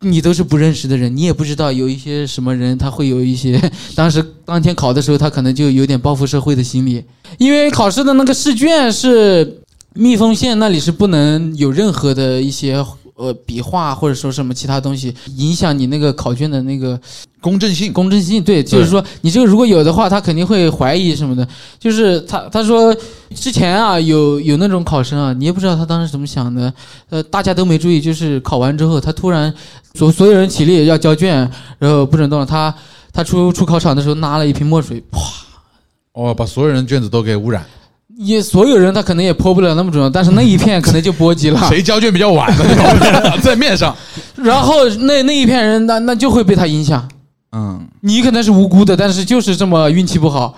Speaker 5: 你都是不认识的人，你也不知道有一些什么人，他会有一些当时当天考的时候，他可能就有点报复社会的心理，因为考试的那个试卷是密封线那里是不能有任何的一些。呃，笔画或者说什么其他东西影响你那个考卷的那个
Speaker 3: 公正性。
Speaker 5: 公正性，对，就是说你这个如果有的话，他肯定会怀疑什么的。就是他他说之前啊，有有那种考生啊，你也不知道他当时怎么想的，呃，大家都没注意，就是考完之后，他突然所所有人起立要交卷，然后不准动了。他他出出考场的时候拿了一瓶墨水，啪，
Speaker 3: 哦，把所有人卷子都给污 染，
Speaker 5: 也所有人他可能也泼不了那么准，但是那一片可能就波及了。
Speaker 3: 谁交卷比较晚的， 在面上，
Speaker 5: 然后那那一片人，那那就会被他影响。
Speaker 3: 嗯，
Speaker 5: 你可能是无辜的，但是就是这么运气不好。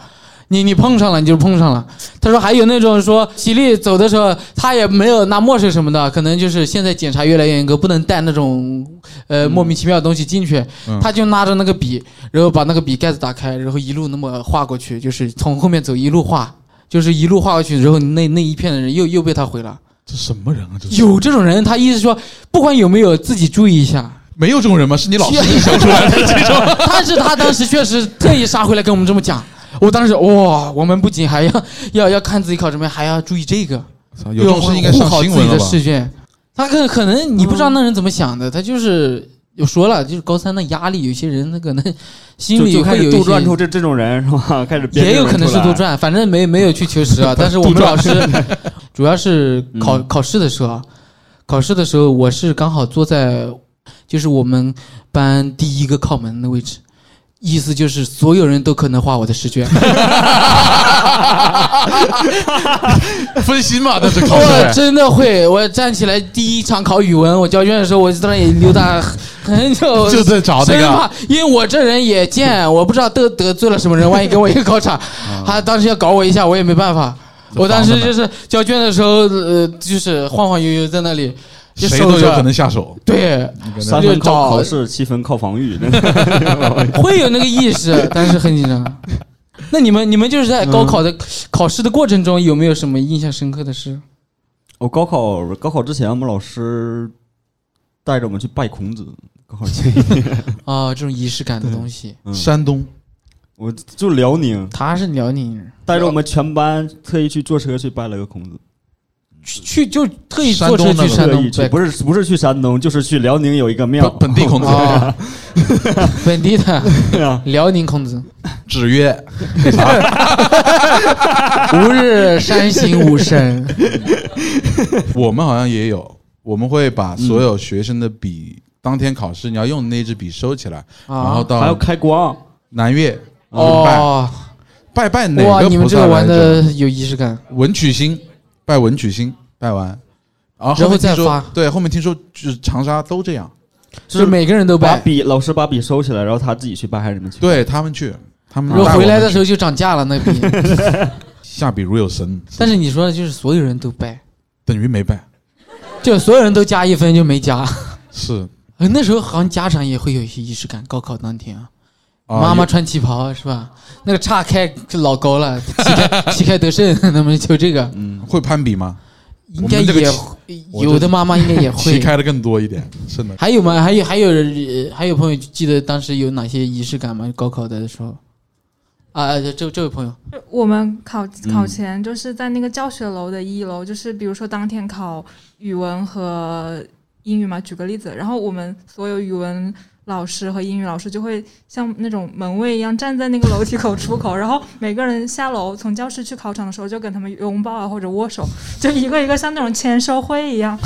Speaker 5: 你你碰上了，你就碰上了。他说还有那种说起立走的时候，他也没有拿墨水什么的，可能就是现在检查越来越严格，不能带那种呃莫名其妙的东西进去。
Speaker 3: 嗯
Speaker 5: 他就拿着那个笔，然后把那个笔盖子打开，然后一路那么画过去，就是从后面走一路画，就是一路画过去，然后那那一片的人又又被他毁了。
Speaker 3: 这什么人啊？这是
Speaker 5: 有这种人，他意思说不管有没有，自己注意一下。
Speaker 3: 没有这种人吗？是你老师
Speaker 5: 是
Speaker 3: 影响出来的这种。
Speaker 5: 但是他当时确实特意杀回来跟我们这么讲。我当时哇，我们不仅还要要要看自己考什么，还要注意这个，
Speaker 3: 操 有这种事应该上
Speaker 5: 要护好
Speaker 3: 新
Speaker 5: 自
Speaker 3: 闻
Speaker 5: 己
Speaker 3: 了
Speaker 5: 的
Speaker 3: 吧？嗯
Speaker 5: 试卷。他可可能你不知道那人怎么想的，他就是有说了，就是高三的压力，有些人他可能心
Speaker 4: 就
Speaker 5: 里
Speaker 4: 就开
Speaker 5: 会有
Speaker 4: 始
Speaker 5: 一
Speaker 4: 杜撰出
Speaker 5: 些。
Speaker 4: 这这种人是吧？开始编
Speaker 5: 也
Speaker 4: 这
Speaker 5: 有可
Speaker 4: 种
Speaker 5: 能
Speaker 4: 人
Speaker 5: 是
Speaker 4: 出来
Speaker 5: 杜撰，反正没没有去求实啊。但是我们老师主要是考考试的时候，啊，考试的时候我是刚好坐在就是我们班第一个靠门的位置，意思就是所有人都可能画我的试卷。
Speaker 3: 分心嘛，但是 考试
Speaker 5: 我真的会，我站起来第一场考语文，我交卷的时候，我在那里溜达很久，
Speaker 3: 就在找那
Speaker 5: 生
Speaker 3: 个
Speaker 5: 怕，因为我这人也贱，我不知道得得罪了什么人，万一跟我一个考 场，他当时要搞我一下，我也没办法。我当时就是交卷的时候，呃，就是晃晃悠悠在那里，就
Speaker 3: 谁
Speaker 5: 守
Speaker 3: 都有
Speaker 5: 着
Speaker 3: 可能下手。
Speaker 5: 对，
Speaker 4: 三分靠考试，七分靠防 御。
Speaker 5: 会有那个意识，但是很紧张。 那你们你们就是在高考的、考试的过程中，有没有什么印象深刻的事？
Speaker 4: 我高考高考之前，我们老师带着我们去拜孔子。高考前，
Speaker 5: 啊、这种仪式感的东西，
Speaker 4: 嗯
Speaker 3: 山东
Speaker 4: 我就辽宁，
Speaker 5: 他是辽宁人。
Speaker 4: 带着我们全班特意去坐车去拜了个孔子。
Speaker 5: 去去就特意坐车去山
Speaker 4: 特
Speaker 5: 东
Speaker 4: 意去，
Speaker 5: 对，
Speaker 4: 不是不是去山东，就是去辽宁有一个庙
Speaker 3: 本，本地 孔子
Speaker 5: 啊，本地的
Speaker 4: 对啊
Speaker 5: 辽宁孔 子，
Speaker 3: 只曰
Speaker 5: 吾日三省吾身。
Speaker 3: 我们好像也有，我们会把所有学生的笔，当天考试你要用的那支笔收起来，然后
Speaker 5: 啊，
Speaker 4: 还要
Speaker 3: 到
Speaker 4: 开光。
Speaker 3: 南岳。
Speaker 5: 哦，
Speaker 3: 拜拜哪
Speaker 5: 哇，
Speaker 3: 个
Speaker 5: 你们
Speaker 3: 菩
Speaker 5: 这
Speaker 3: 萨
Speaker 5: 个玩
Speaker 3: 来着？
Speaker 5: 的有仪式感，
Speaker 3: 文曲星，拜文曲星，拜完，然后后
Speaker 5: 然后
Speaker 3: 面听
Speaker 5: 再
Speaker 3: 说
Speaker 5: 发
Speaker 3: 对，后面听说就是长沙都这样，
Speaker 5: 就是每个人都
Speaker 4: 把
Speaker 5: 拜，
Speaker 4: 笔老师把笔收起来，然后他自己去拜还是你们去？
Speaker 3: 对他们去，他们
Speaker 5: 如果
Speaker 3: 带我
Speaker 5: 回来
Speaker 3: 们
Speaker 5: 的
Speaker 3: 去
Speaker 5: 时候就涨价了那 笔。
Speaker 3: 下笔如有神，
Speaker 5: 但是你说的就是所有人都拜，
Speaker 3: 等于没拜，
Speaker 5: 就所有人都加一分就没加。
Speaker 3: 是
Speaker 5: 呃那时候好像家长也会有一些仪式感，高考当天啊，
Speaker 3: 啊
Speaker 5: 妈妈
Speaker 3: 有
Speaker 5: 穿旗袍是吧？那个叉开就老高了，旗 开旗开得胜， 那么就这个
Speaker 3: 会攀比吗？
Speaker 5: 应该
Speaker 3: 嗯我们这个
Speaker 5: 也
Speaker 3: 旗我
Speaker 5: 有的妈妈应该也
Speaker 3: 旗
Speaker 5: 会。
Speaker 3: 开的更多一点，是的。
Speaker 5: 还有吗？还有还有呃还有朋友记得当时有哪些仪式感吗？高考的时候，啊，啊这这位朋友，
Speaker 9: 我们考
Speaker 4: 嗯
Speaker 9: 考前就是在那个教学楼的一楼，就是比如说当天考语文和英语嘛，举个例子，然后我们所有语文老师和英语老师就会像那种门卫一样站在那个楼梯口出口，然后每个人下楼从教室去考场的时候就跟他们拥抱啊或者握手，就一个一个像那种签售会一样，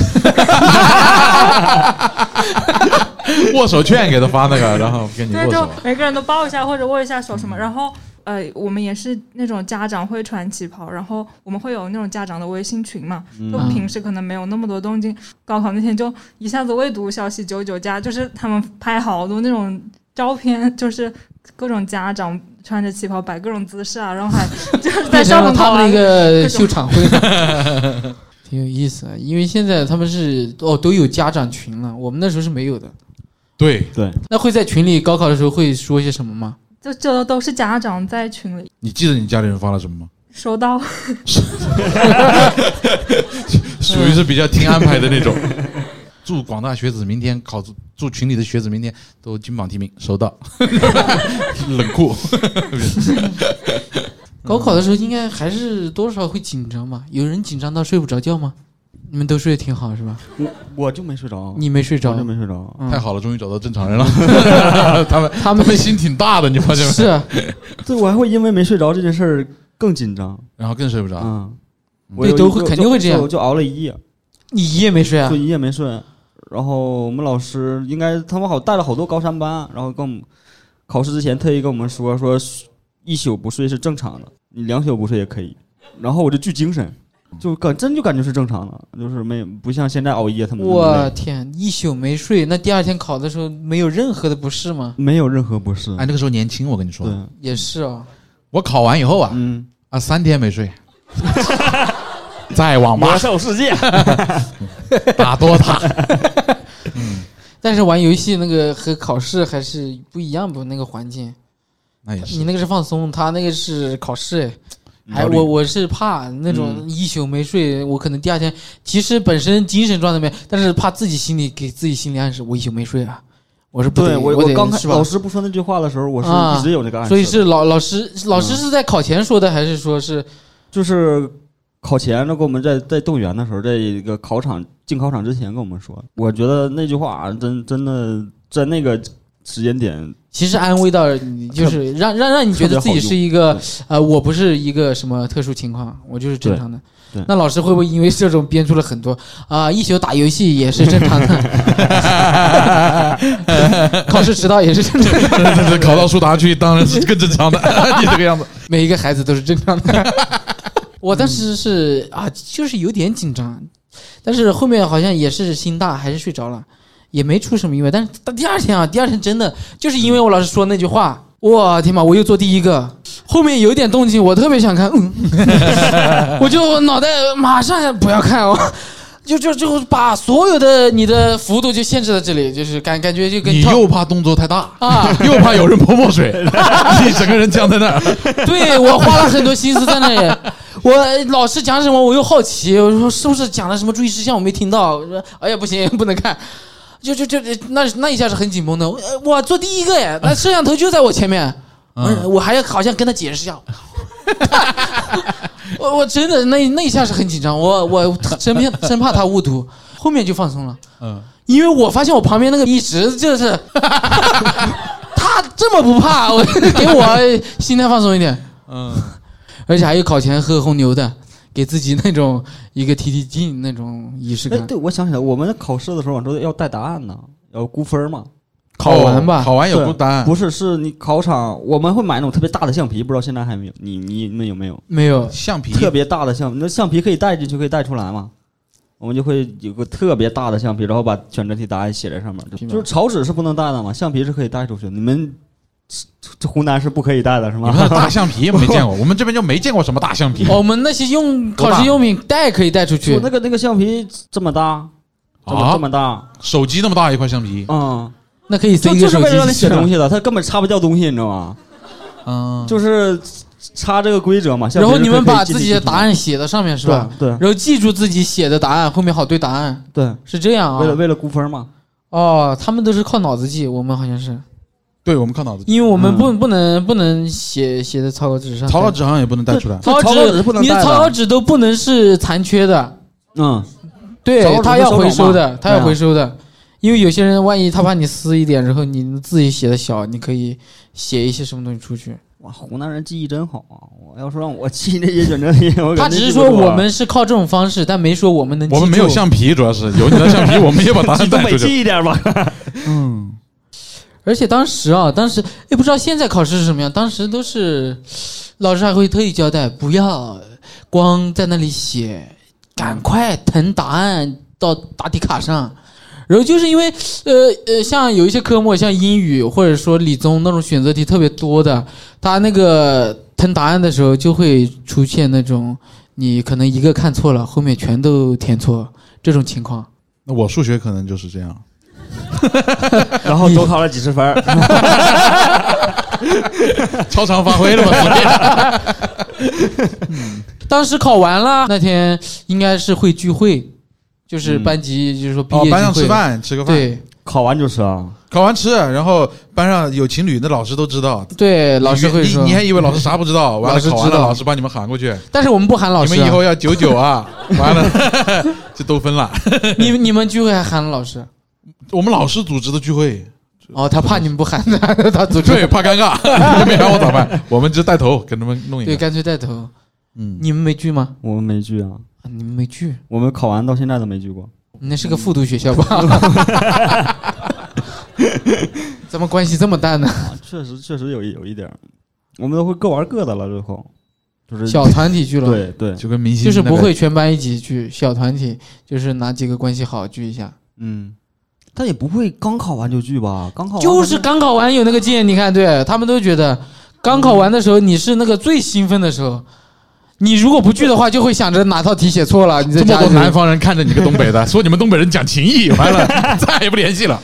Speaker 3: 握手券给他发那 个，然后跟你
Speaker 9: 对，
Speaker 3: 握
Speaker 9: 就
Speaker 3: 手。
Speaker 9: 每个人都抱一下或者握一下手什么，然后。呃，我们也是那种家长会穿旗袍，然后我们会有那种家长的微信群嘛，就
Speaker 5: 嗯
Speaker 9: 平时可能没有那么多动静，高考那天就一下子未读消息九九加，就是他们拍好多那种照片，就是各种家长穿着旗袍摆各种姿势啊，然后还 就是在
Speaker 5: 变成
Speaker 9: 校
Speaker 5: 了
Speaker 9: 门
Speaker 5: 他
Speaker 9: 口
Speaker 5: 们
Speaker 9: 啊
Speaker 5: 那个
Speaker 9: 各种
Speaker 5: 秀 场会， 挺有意思啊的。因为现在他们是哦都有家长群了，我们那时候是没有的。
Speaker 3: 对
Speaker 4: 对，
Speaker 5: 那会在群里高考的时候会说些什么吗？
Speaker 9: 就这都是家长在群里
Speaker 3: 你记得你家里人发了什么吗？
Speaker 9: 收到，
Speaker 5: 嗯
Speaker 3: 属于是比较听安排的 那种。祝广大学子明天考出，祝群里的学子明天都金榜题名，收 到。冷酷，
Speaker 5: 高考的时候应该还是多少会紧张吧？有人紧张到睡不着觉吗？你们都睡得挺好是吧？
Speaker 4: 我我就没睡着，
Speaker 5: 你没睡
Speaker 4: 哦我
Speaker 5: 着
Speaker 4: 就，没睡着。
Speaker 5: 嗯
Speaker 3: 太好了，终于找到正常人了。 他们
Speaker 5: 他
Speaker 3: 他
Speaker 5: 们
Speaker 3: 们心挺大的，你发现没？
Speaker 5: 是啊
Speaker 4: 对，我还会因为没睡着这件事儿更紧张。
Speaker 3: 然后更睡不着。
Speaker 4: 嗯，我
Speaker 5: 对
Speaker 4: 有
Speaker 5: 都
Speaker 4: 一
Speaker 5: 会
Speaker 4: 个
Speaker 5: 肯定会这样
Speaker 4: 就就熬了一夜，
Speaker 5: 你一夜没睡啊
Speaker 4: 就？一夜没睡。然后我们老师应该他们好带了好多高三班，然后跟我们考试之前特意跟我们说说一宿不睡是正常的，你两宿不睡也可以。然后我就巨精神，就感真就感觉是正常的，就是没不像现在熬夜他们那么
Speaker 5: 我
Speaker 4: 累哎
Speaker 5: 天，一宿没睡，那第二天考的时候没有任何的不适吗？
Speaker 4: 没有任何不适。
Speaker 3: 哎，那个时候年轻，我跟你
Speaker 4: 对
Speaker 3: 说，，
Speaker 5: 也是哦，
Speaker 3: 我考完以后啊
Speaker 4: 嗯，
Speaker 3: 啊三天没睡，在网吧
Speaker 4: 兽世界，
Speaker 3: 打 DOTA。
Speaker 5: 但是玩游戏那个和考试还是不一样不？那个环境，
Speaker 3: 那也
Speaker 5: 你
Speaker 3: 是，
Speaker 5: 那个是放松，他那个是考试哎。
Speaker 4: 嗯
Speaker 5: 还
Speaker 3: 考虑
Speaker 5: 我我是怕那种一宿没睡，我可能第二天其实本身精神状态没有，但是怕自己心里给自己心理暗示，我一宿没睡啊，我是不
Speaker 4: 对
Speaker 5: 得
Speaker 4: 我
Speaker 5: 得
Speaker 4: 刚
Speaker 5: 是
Speaker 4: 开
Speaker 5: 吧
Speaker 4: 老？师不说那句话的时候，我是
Speaker 5: 啊
Speaker 4: 一直有那个暗示的，
Speaker 5: 所以是老老师老师是在考前说的，还是说是
Speaker 4: 就是考前，那给我们在在动员的时候，在一个考场进考场之前跟我们说，我觉得那句话真真的在那个时间点，
Speaker 5: 其实安慰到你，就是让让让你觉得自己是一个
Speaker 4: 特别嗯
Speaker 5: 呃，我不是一个什么特殊情况，我就是正常的
Speaker 4: 对对。
Speaker 5: 那老师会不会因为这种编出了很多啊、一宿打游戏也是正常 的， 考试迟到也是正常的，
Speaker 3: 考到苏达去当然是更正常的，你这个样子。
Speaker 5: 每一个孩子都是正常的。 我当时是啊，就是有点紧张，但是后面好像也是心大，还是睡着了，也没出什么意外。但是到第二天啊，第二天真的就是因为我老师说那句话，我天妈，我又做第一个，后面有点动静，我特别想看， 嗯，我就脑袋马上不要看我。就就就把所有的你的幅度就限制在这里，就是感感觉就跟
Speaker 3: 你
Speaker 5: 跳
Speaker 3: 又怕动作太大，
Speaker 5: 啊，
Speaker 3: 又怕有人泼墨水，你整个人僵在那儿。
Speaker 5: 对我花了很多心思在那里。我老师讲什么，我又好奇，我说是不是讲了什么注意事项我没听到？我说哎呀不行，不能看。就就就那那一下是很紧绷的，我我做第一个耶，那摄像头就在我前面，我
Speaker 3: 嗯，
Speaker 5: 我还要好像跟他解释一下。 我我真的那那一下是很紧张，我我真怕真怕他误读，后面就放松了。
Speaker 3: 嗯，
Speaker 5: 因为我发现我旁边那个一直就是 他这么不怕，我给我心态放松一点。
Speaker 3: 嗯，
Speaker 5: 而且还有考前喝红牛的，给自己那种一个提提劲那种仪式
Speaker 4: 哎，
Speaker 5: 感。
Speaker 4: 对我想起来，我们考试的时候往说要带答案呢，要估分嘛，
Speaker 5: 考完吧
Speaker 3: 哦考完有
Speaker 4: 对
Speaker 3: 不答案，
Speaker 4: 不是，是你考场我们会买那种特别大的橡皮，不知道现在还有没有？你你们有没有？
Speaker 5: 没有，
Speaker 3: 橡皮
Speaker 4: 特别大的橡，那橡皮可以带进去，可以带出来嘛？我们就会有个特别大的橡皮，然后把选择题答案写在上面。就
Speaker 3: 皮毛
Speaker 4: 就是草纸是不能带的嘛，橡皮是可以带出去的。你们 这这湖南是不可以带的是
Speaker 3: 你们那大
Speaker 4: 吗？
Speaker 3: 橡皮没见过，我们这边就没见过什么大橡皮。
Speaker 5: 哦我们那些用
Speaker 3: 多
Speaker 5: 考
Speaker 3: 大
Speaker 5: 试用品带可以带出去
Speaker 4: 我那，个那个橡皮这么大，这么、
Speaker 3: 啊
Speaker 4: 这么大，
Speaker 3: 手机那么大一块橡皮，
Speaker 4: 嗯，
Speaker 5: 那可以塞
Speaker 4: 就
Speaker 5: 一
Speaker 4: 就
Speaker 5: 个
Speaker 4: 是
Speaker 5: 手
Speaker 4: 为了让你
Speaker 5: 机
Speaker 4: 写
Speaker 5: 进去啊
Speaker 4: 东西的，它根本擦不掉东西，你知道吗？
Speaker 3: 嗯，
Speaker 4: 就是擦这个规则嘛。橡
Speaker 5: 然
Speaker 4: 皮
Speaker 5: 后
Speaker 4: 是
Speaker 5: 你们
Speaker 4: 可以
Speaker 5: 把
Speaker 4: 进
Speaker 5: 自己
Speaker 4: 进
Speaker 5: 的
Speaker 4: 去
Speaker 5: 答案写在上面是吧？
Speaker 4: 对对啊
Speaker 5: 然后记住自己写的答案，后面好对答案，
Speaker 4: 对，
Speaker 5: 是这样
Speaker 4: 为了
Speaker 5: 啊？
Speaker 4: 为了估分嘛。
Speaker 5: 哦，他们都是靠脑子记，我们好像是，
Speaker 3: 对，我们靠脑子，
Speaker 5: 因为我们
Speaker 4: 嗯
Speaker 5: 不不能不能写写在草稿纸上。
Speaker 3: 草稿纸好像也不能带出来。
Speaker 5: 草
Speaker 4: 草稿纸是不能
Speaker 5: 你的
Speaker 4: 带的
Speaker 5: 草稿纸都不能是残缺的，
Speaker 4: 嗯，草稿
Speaker 5: 对
Speaker 4: 纸
Speaker 5: 他
Speaker 4: 会
Speaker 5: 要
Speaker 4: 收
Speaker 5: 回
Speaker 4: 拢
Speaker 5: 收
Speaker 4: 吗
Speaker 5: 的，他
Speaker 4: 对
Speaker 5: 要
Speaker 4: 啊
Speaker 5: 回收的，因为有些人万一他怕你撕一点，然后你自己写的小，你可以写一些什么东西出去。
Speaker 4: 哇，湖南人记忆真好啊！我要说让我记那些选择题，我
Speaker 5: 他
Speaker 4: 肯定
Speaker 5: 只是
Speaker 4: 记不
Speaker 5: 说
Speaker 4: 住啊
Speaker 5: 我们是靠这种方式，但没说我们能。
Speaker 3: 我们没有，橡皮，主要是有你的橡皮，我们也把答案
Speaker 4: 去东
Speaker 3: 带出
Speaker 4: 北
Speaker 3: 去。
Speaker 4: 记一点吧。
Speaker 3: 嗯，
Speaker 5: 而且当时啊，当时也不知道现在考试是什么样，当时都是老师还会特意交代，不要光在那里写，赶快腾答案到答题卡上。然后就是因为，呃呃，像有一些科目，像英语或者说理综那种选择题特别多的，它那个腾答案的时候就会出现那种你可能一个看错了，后面全都填错这种情况。
Speaker 3: 那我数学可能就是这 样。
Speaker 4: 然 后多考了几十分儿，
Speaker 3: 超常发挥了 吧？
Speaker 5: 当时考完了，那天应该是会聚会，就是班级、就是说毕业
Speaker 3: 哦
Speaker 5: 聚，会、
Speaker 3: 班上吃饭，吃个饭，
Speaker 5: 对
Speaker 4: 考完就吃啊。
Speaker 3: 考完吃，然后班上有情侣，那老师都知道。
Speaker 5: 对，老师会
Speaker 3: 你
Speaker 5: 说
Speaker 3: 你，你还以为老师啥不 知道？完
Speaker 5: 老
Speaker 3: 了
Speaker 5: 师
Speaker 3: 考完
Speaker 5: 知
Speaker 3: 了，
Speaker 5: 道
Speaker 3: 老师把你们喊过去，
Speaker 5: 但是我们不喊老
Speaker 3: 你
Speaker 5: 师、
Speaker 3: 们以后
Speaker 5: 啊，
Speaker 3: 要九 九啊！完了 就都分了。
Speaker 5: 你 你们聚会还喊老师，啊
Speaker 3: 我们老师组织的聚会，
Speaker 5: 哦，他怕你们不 喊他，他组织
Speaker 3: 对，怕尴尬， 你们没喊我咋办？我们就带头给他们弄一
Speaker 5: 对，
Speaker 3: 个。
Speaker 5: 干脆带头。
Speaker 3: 嗯，
Speaker 5: 你们没聚吗？
Speaker 4: 我们没聚啊，
Speaker 5: 啊你们没聚，
Speaker 4: 我们考完到现在都没聚过。
Speaker 5: 你那是个复读学校 吧？怎么关系这么淡呢？
Speaker 4: 啊，确实确实有一有一点儿，我们都会各玩各的了，最后就是
Speaker 5: 小团体聚了，
Speaker 4: 对对，
Speaker 3: 就跟明星
Speaker 5: 就是
Speaker 3: 那个
Speaker 5: 不会全班一起聚，小团体就是哪几个关系好聚一下。
Speaker 4: 嗯，但也不会刚考完就聚吧？刚考完
Speaker 5: 就是刚考完有那个劲，你看，对他们都觉得刚考完的时候你是那个最兴奋的时候，你如果不去的话，就会想着哪套题写错了，你在
Speaker 3: 这么
Speaker 5: 家
Speaker 3: 多
Speaker 5: 里
Speaker 3: 南方人看着你个东北 的，说你们东北人讲情义，完了 再也不联系了。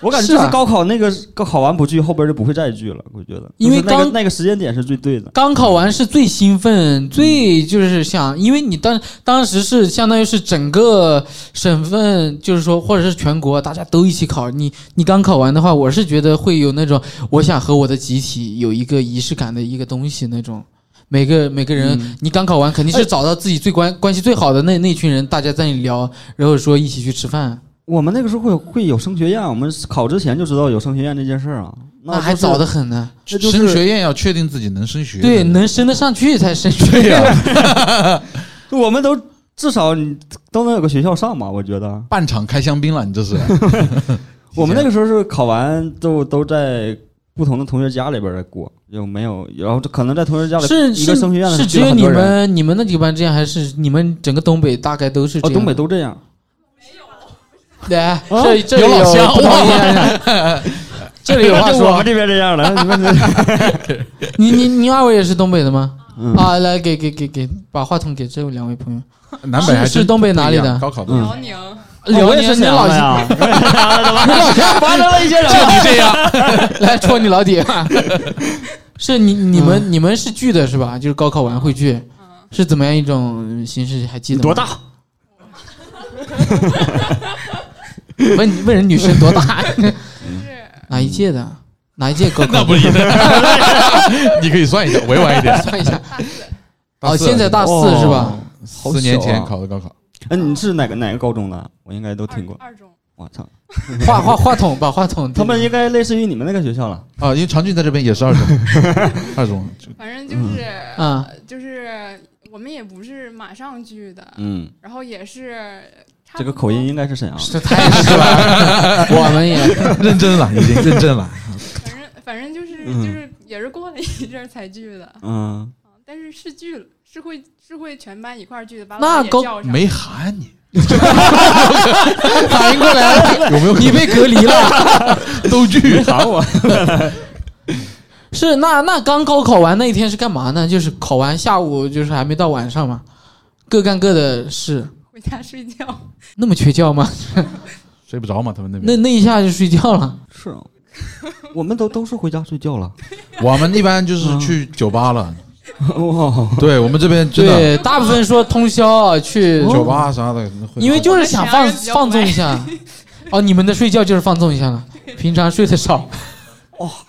Speaker 4: 我感觉
Speaker 5: 是
Speaker 4: 就是
Speaker 5: 啊
Speaker 4: 高考那个高考完不聚，后边就不会再聚了。我觉得，
Speaker 5: 因为
Speaker 4: 就是那个
Speaker 5: 刚
Speaker 4: 那个时间点是最对的。
Speaker 5: 刚考完是最兴奋，最就是想，因为你当当时是相当于是整个省份，就是说或者是全国大家都一起考，你你刚考完的话，我是觉得会有那种我想和我的集体有一个仪式感的一个东西那种。每个每个人，你刚考完肯定是找到自己最关、关系最好的那那群人，大家在那里聊，然后说一起去吃饭，
Speaker 4: 我们那个时候会会有升学宴，我们考之前就知道有升学宴这件事儿啊。
Speaker 5: 那还
Speaker 4: 就是
Speaker 5: 早得很呢。
Speaker 4: 那就是
Speaker 3: 升学宴要确定自己能升学，
Speaker 5: 对，能升得上去才升学
Speaker 3: 对呀，
Speaker 4: 我们都至少你都能有个学校上吧？我觉得
Speaker 3: 半场开香槟了，你这 是。
Speaker 4: 我们那个时候是考完都都在不同的同学家里边儿过，就没有，然后可能在同学家里
Speaker 5: 是
Speaker 4: 一个
Speaker 5: 是
Speaker 4: 升学院的
Speaker 5: 是
Speaker 4: 聚
Speaker 5: 只
Speaker 4: 了
Speaker 5: 有
Speaker 4: 很
Speaker 5: 你
Speaker 4: 多人
Speaker 5: 们你们那几个班这样，还是你们整个东北大概都是这
Speaker 4: 哦，
Speaker 5: 样？
Speaker 4: 东北哦都这样。
Speaker 5: 来，这这里
Speaker 3: 有老乡
Speaker 5: 不同意啊见这里有话
Speaker 4: 就我
Speaker 5: 说
Speaker 4: 们，这边这样了，你们这
Speaker 5: 你你你二位也是东北的吗？
Speaker 4: 嗯
Speaker 5: 啊，来给给给给，把话筒给这两位朋友。
Speaker 3: 南北还
Speaker 5: 是
Speaker 3: 真
Speaker 5: 是东北哪里的
Speaker 3: 不一样高考 的。
Speaker 4: 嗯
Speaker 9: 辽宁。
Speaker 5: 辽
Speaker 4: 我也
Speaker 5: 宁，
Speaker 4: 是
Speaker 5: 你
Speaker 4: 沈
Speaker 5: 老
Speaker 4: 阳的
Speaker 5: 乡
Speaker 4: 呀，我也是沈阳的怎么发生了一些什
Speaker 5: 就
Speaker 4: 么？
Speaker 5: 你这样， 来戳你老底。是你你们你们是聚的是吧？就是高考完会聚，是怎么样一种形式？还记得吗？
Speaker 4: 多大？
Speaker 5: 问问人女生多大？哪一届的？哪一届高考？
Speaker 3: 那不一定，你可以算一下，委 婉一点。
Speaker 5: 算一下。
Speaker 3: 大
Speaker 5: 哦，
Speaker 3: 四
Speaker 5: 现在大四是吧？
Speaker 4: 哦好
Speaker 3: 四年前
Speaker 4: 小啊
Speaker 3: 考的高考，
Speaker 4: 哎，你是哪个哪个高中的？我应该都听过。
Speaker 9: 二中，
Speaker 4: 我操，
Speaker 5: 话话话筒把话筒。
Speaker 4: 他们应该类似于你们那个学校了。
Speaker 3: 啊，因为长俊在这边也是二 中，二中就
Speaker 9: 反正就是、
Speaker 5: 啊，
Speaker 9: 就是我们也不是马上聚的，
Speaker 4: 嗯，
Speaker 9: 然后也是
Speaker 4: 这个口音应该是沈阳的。
Speaker 5: 这太是了，我们也
Speaker 3: 认真了，已经认真了。
Speaker 10: 反正反正就是
Speaker 4: 嗯
Speaker 10: 就是也是过了一阵儿才聚的，
Speaker 4: 嗯，
Speaker 10: 但是是聚了，是会是会全班一块儿聚的，把
Speaker 5: 那
Speaker 10: 我也
Speaker 5: 高
Speaker 10: 叫 上。
Speaker 3: 没喊 你，
Speaker 5: 反应过来了，
Speaker 3: 有没有可能
Speaker 5: 你被隔离了。
Speaker 3: 都拒？
Speaker 4: 喊我。
Speaker 5: 是那那刚高考完那一天是干嘛呢？就是考完下午就是还没到晚上嘛，各干各的事，
Speaker 10: 回家睡觉。
Speaker 5: 那么缺觉吗？
Speaker 3: 睡不着嘛，他们那边。
Speaker 5: 那那一下就睡觉了。
Speaker 4: 是啊，我们都都是回家睡觉 了。
Speaker 3: 我们一般就是去酒吧了，
Speaker 4: 哇，
Speaker 3: 对我们这边真的哦
Speaker 5: 对，大部分说通宵啊去，
Speaker 3: 酒吧啥的，会
Speaker 5: 因为就是想放
Speaker 10: 我们沈阳人比较
Speaker 5: 放纵一 下。哦，你们的睡觉就是放纵一下了，平常睡得 少。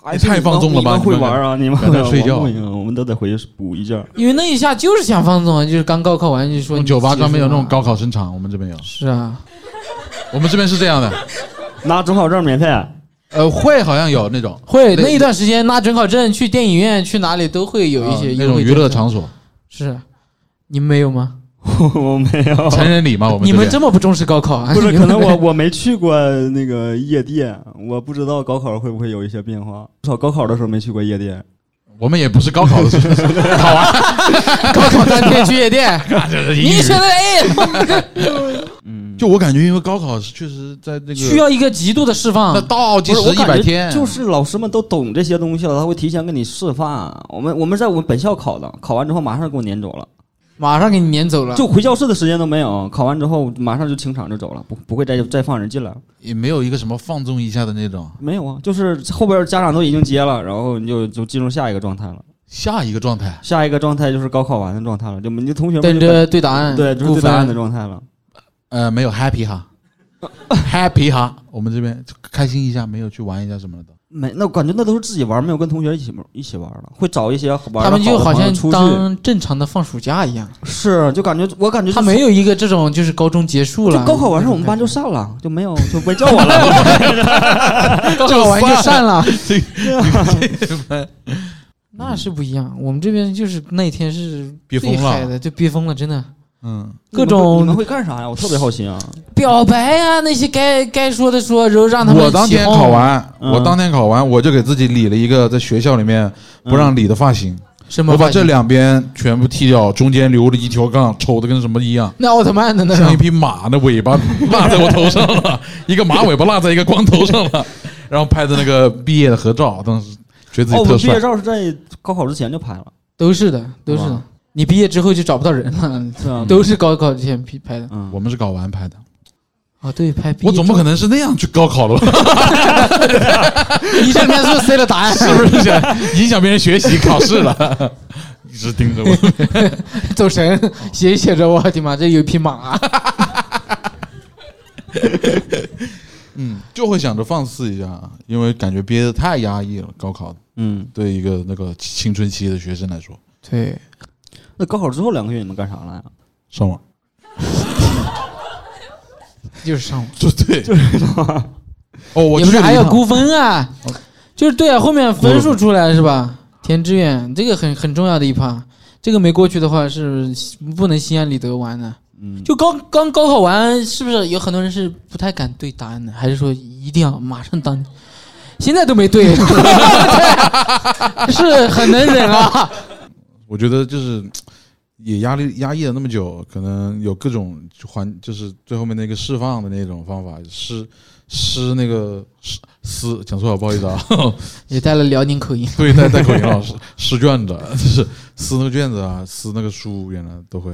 Speaker 4: 还
Speaker 3: 太放纵了吧
Speaker 4: 哎你们会玩啊？你们
Speaker 3: 在那睡觉
Speaker 4: 我们不行我们都得回去补一觉。
Speaker 5: 因为那一下就是想放纵啊，就是刚高考完就
Speaker 3: 我
Speaker 5: 说
Speaker 3: 们
Speaker 5: 你
Speaker 3: 酒吧
Speaker 5: 结束
Speaker 3: 专门有那种
Speaker 5: 了
Speaker 3: 高考生场，我们这边有，
Speaker 5: 是啊，
Speaker 3: 我们这边是这样的，
Speaker 4: 拿准考证 免费，
Speaker 3: 呃，会好像有那种
Speaker 5: 会
Speaker 3: 那
Speaker 5: 那一段时间拿准考证去电影院去哪里都会有一些
Speaker 3: 啊那
Speaker 5: 优
Speaker 3: 种
Speaker 5: 惠
Speaker 3: 娱
Speaker 5: 政策
Speaker 3: 乐场所，
Speaker 5: 是，啊你们没有吗？
Speaker 4: 我没有。
Speaker 3: 成人礼嘛，我们
Speaker 5: 哦你
Speaker 3: 这
Speaker 5: 们
Speaker 3: 边
Speaker 5: 这么不重视高考啊？
Speaker 4: 哦不是，
Speaker 5: 你
Speaker 4: 可
Speaker 5: 们
Speaker 4: 能我我没去过那个夜店，我不知道高考会不会有一些变化。至少高考的时候没去过夜店，
Speaker 3: 我们也不是高 考的时候，考完
Speaker 5: 高考当天去夜 店，
Speaker 3: 那就是英语
Speaker 5: 你选哎的 A
Speaker 4: 嗯，
Speaker 3: 就我感觉，因为高考是确实在那个
Speaker 5: 需要一啊个极度的释
Speaker 3: 那
Speaker 5: 放，
Speaker 3: 倒计
Speaker 4: 不是
Speaker 3: 时
Speaker 4: 我
Speaker 3: 一
Speaker 4: 感
Speaker 3: 百
Speaker 4: 觉
Speaker 3: 天，
Speaker 4: 就是老师们都懂这些东西了，他会提前给你示范。我们我们在我们本校考的，考完之后马上给我撵走了，
Speaker 5: 马上给你撵走了。
Speaker 4: 就回教室的时间都没有。考完之后马上就清场就走了，不不会再再放人进来了。
Speaker 3: 也没有一个什么放纵一下的那种。
Speaker 4: 没有啊，就是后边家长都已经接了，然后你就就进入下一个状态了。
Speaker 3: 下一个状态，
Speaker 4: 下一个状态就是高考完的状态了，就你的同学们
Speaker 5: 等
Speaker 4: 就
Speaker 5: 着对答案，
Speaker 4: 对，就是
Speaker 5: 估
Speaker 4: 对
Speaker 5: 分
Speaker 4: 答案的状态了。
Speaker 3: 呃，没有 happy 哈 ，happy 哈，我们这边就开心一下，没有去玩一下什么的都。
Speaker 4: 没，那我感觉那都是自己玩，没有跟同学一起玩一起玩了，会找一些玩得
Speaker 5: 他们就
Speaker 4: 好
Speaker 5: 好
Speaker 4: 的朋友
Speaker 5: 像
Speaker 4: 出去，
Speaker 5: 当正常的放暑假一样，
Speaker 4: 是就感觉我感觉
Speaker 5: 他没有一个这种就是高中结束
Speaker 4: 就
Speaker 5: 了，
Speaker 4: 高考完事儿我们班 就散了，就没有就没叫我了。
Speaker 5: 高考完就 散了， 那是不一样。我们这边就是那天是
Speaker 3: 憋疯
Speaker 5: 最
Speaker 3: 了
Speaker 5: 嗨的，就憋疯了，真的
Speaker 3: 嗯，
Speaker 5: 各
Speaker 4: 你们
Speaker 5: 种
Speaker 4: 会干啥呀？我特别好奇啊！
Speaker 5: 表白啊，那些该该说的说，然后让他们哦
Speaker 3: 我当天
Speaker 5: 起哄
Speaker 3: 考完，
Speaker 4: 嗯
Speaker 3: 我当天考完，我就给自己理了一个在学校里面不让理的发型，
Speaker 5: 什么
Speaker 3: 我
Speaker 5: 话题，
Speaker 3: 把这两边全部剃掉，中间留了一条杠，丑的跟什么一样。
Speaker 5: 那奥特曼的那
Speaker 3: 像一
Speaker 5: 种，
Speaker 3: 匹马，那尾巴落在我头上了，一个马尾巴落在一个光头上了，然后拍的那个毕业的合照，当时觉得自
Speaker 4: 哦，
Speaker 3: 己
Speaker 4: 我
Speaker 3: 特
Speaker 4: 们毕
Speaker 3: 帅
Speaker 4: 业。照是在高考之前就拍了，
Speaker 5: 都是的，都是
Speaker 4: 是
Speaker 5: 的
Speaker 4: 吧。
Speaker 5: 你毕业之后就找不到人了，
Speaker 4: 是啊，
Speaker 5: 都是高考之前拍的。
Speaker 4: 嗯，
Speaker 3: 我们是搞完拍的，
Speaker 5: 哦，啊对，拍毕业
Speaker 3: 我总不可
Speaker 5: 照
Speaker 3: 能是那样去高考的吧？
Speaker 5: 一整天是塞了答案，
Speaker 3: 是不是想影响别人学习考试了？一直盯着我，
Speaker 5: 走神，写写着，我的妈，这有一匹马啊、
Speaker 3: 嗯，就会想着放肆一下，啊因为感觉憋得太压抑了。高考
Speaker 4: 嗯，
Speaker 3: 对一个那个青春期的学生来说，
Speaker 5: 对，
Speaker 4: 那高考之后两个月你们干啥了呀？
Speaker 3: 上网
Speaker 5: 就是上午。
Speaker 3: 就对， 哦，我
Speaker 5: 你不是
Speaker 3: 去了
Speaker 5: 还
Speaker 3: 一
Speaker 5: 有
Speaker 3: 趟
Speaker 5: 估分啊？就是对啊，后面分数出来是
Speaker 3: 嗯
Speaker 5: 吧？填志愿这个很很重要的一趴，这个没过去的话是不能心安理得玩的。
Speaker 4: 嗯，
Speaker 5: 就刚刚高考完，是不是有很多人是不太敢对答案的？还是说一定要马上当？现在都没 对，是很能忍 啊。
Speaker 3: 我觉得就是嘖也压力压抑了那么久，可能有各种环，就是最后面那个释放的那种方法，施施那个施撕，讲错了，不好意思 啊，
Speaker 5: 也带了辽宁口音，
Speaker 3: 对，带带口音老师撕卷子，就是撕那个卷子啊，撕那个书，原来都会。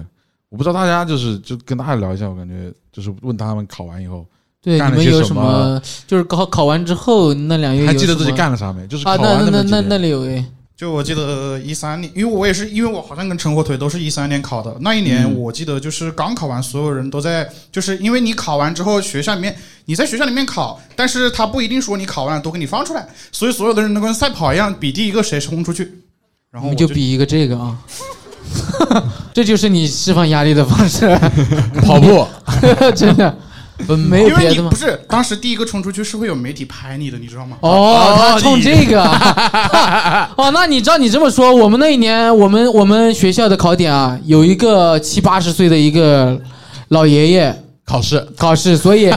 Speaker 3: 我不知道大家就是就跟大家聊一下，我感觉就是问他们考完以后
Speaker 5: 对
Speaker 3: 干
Speaker 5: 你
Speaker 3: 了
Speaker 5: 们
Speaker 3: 些
Speaker 5: 有
Speaker 3: 什
Speaker 5: 什
Speaker 3: 么
Speaker 5: 么？就是考考完之后那两月有
Speaker 3: 还记得自己
Speaker 5: 什么
Speaker 3: 干了啥没，就是考
Speaker 5: 啊？那那
Speaker 3: 完么
Speaker 5: 那
Speaker 3: 几
Speaker 5: 那那
Speaker 3: 天。
Speaker 5: 里有哎，
Speaker 11: 就我记得一三年，因为我也是，因为我好像跟陈火腿都是一三年考的。那一年
Speaker 4: 嗯
Speaker 11: 我记得就是刚考完，所有人都在，就是因为你考完之后，学校里面你在学校里面考，但是他不一定说你考完了都给你放出来，所以所有的人都跟赛跑一样，比第一个谁冲出去。然
Speaker 5: 我
Speaker 11: 后我
Speaker 5: 们就比一个这个啊， 这就是你释放压力的方式，
Speaker 3: 跑步，
Speaker 5: 真的，呃没有
Speaker 11: 因为
Speaker 5: 别
Speaker 11: 你
Speaker 5: 的吗
Speaker 11: 不？是当时第一个冲出去是会有媒体拍你的，你知道吗？
Speaker 5: 哦，他
Speaker 11: 你
Speaker 5: 冲这个啊， 哦，那你照你这么说，我们那一年，我们我们学校的考点啊，有一个七八十岁的一个老爷爷，
Speaker 3: 考试，
Speaker 5: 考试，所以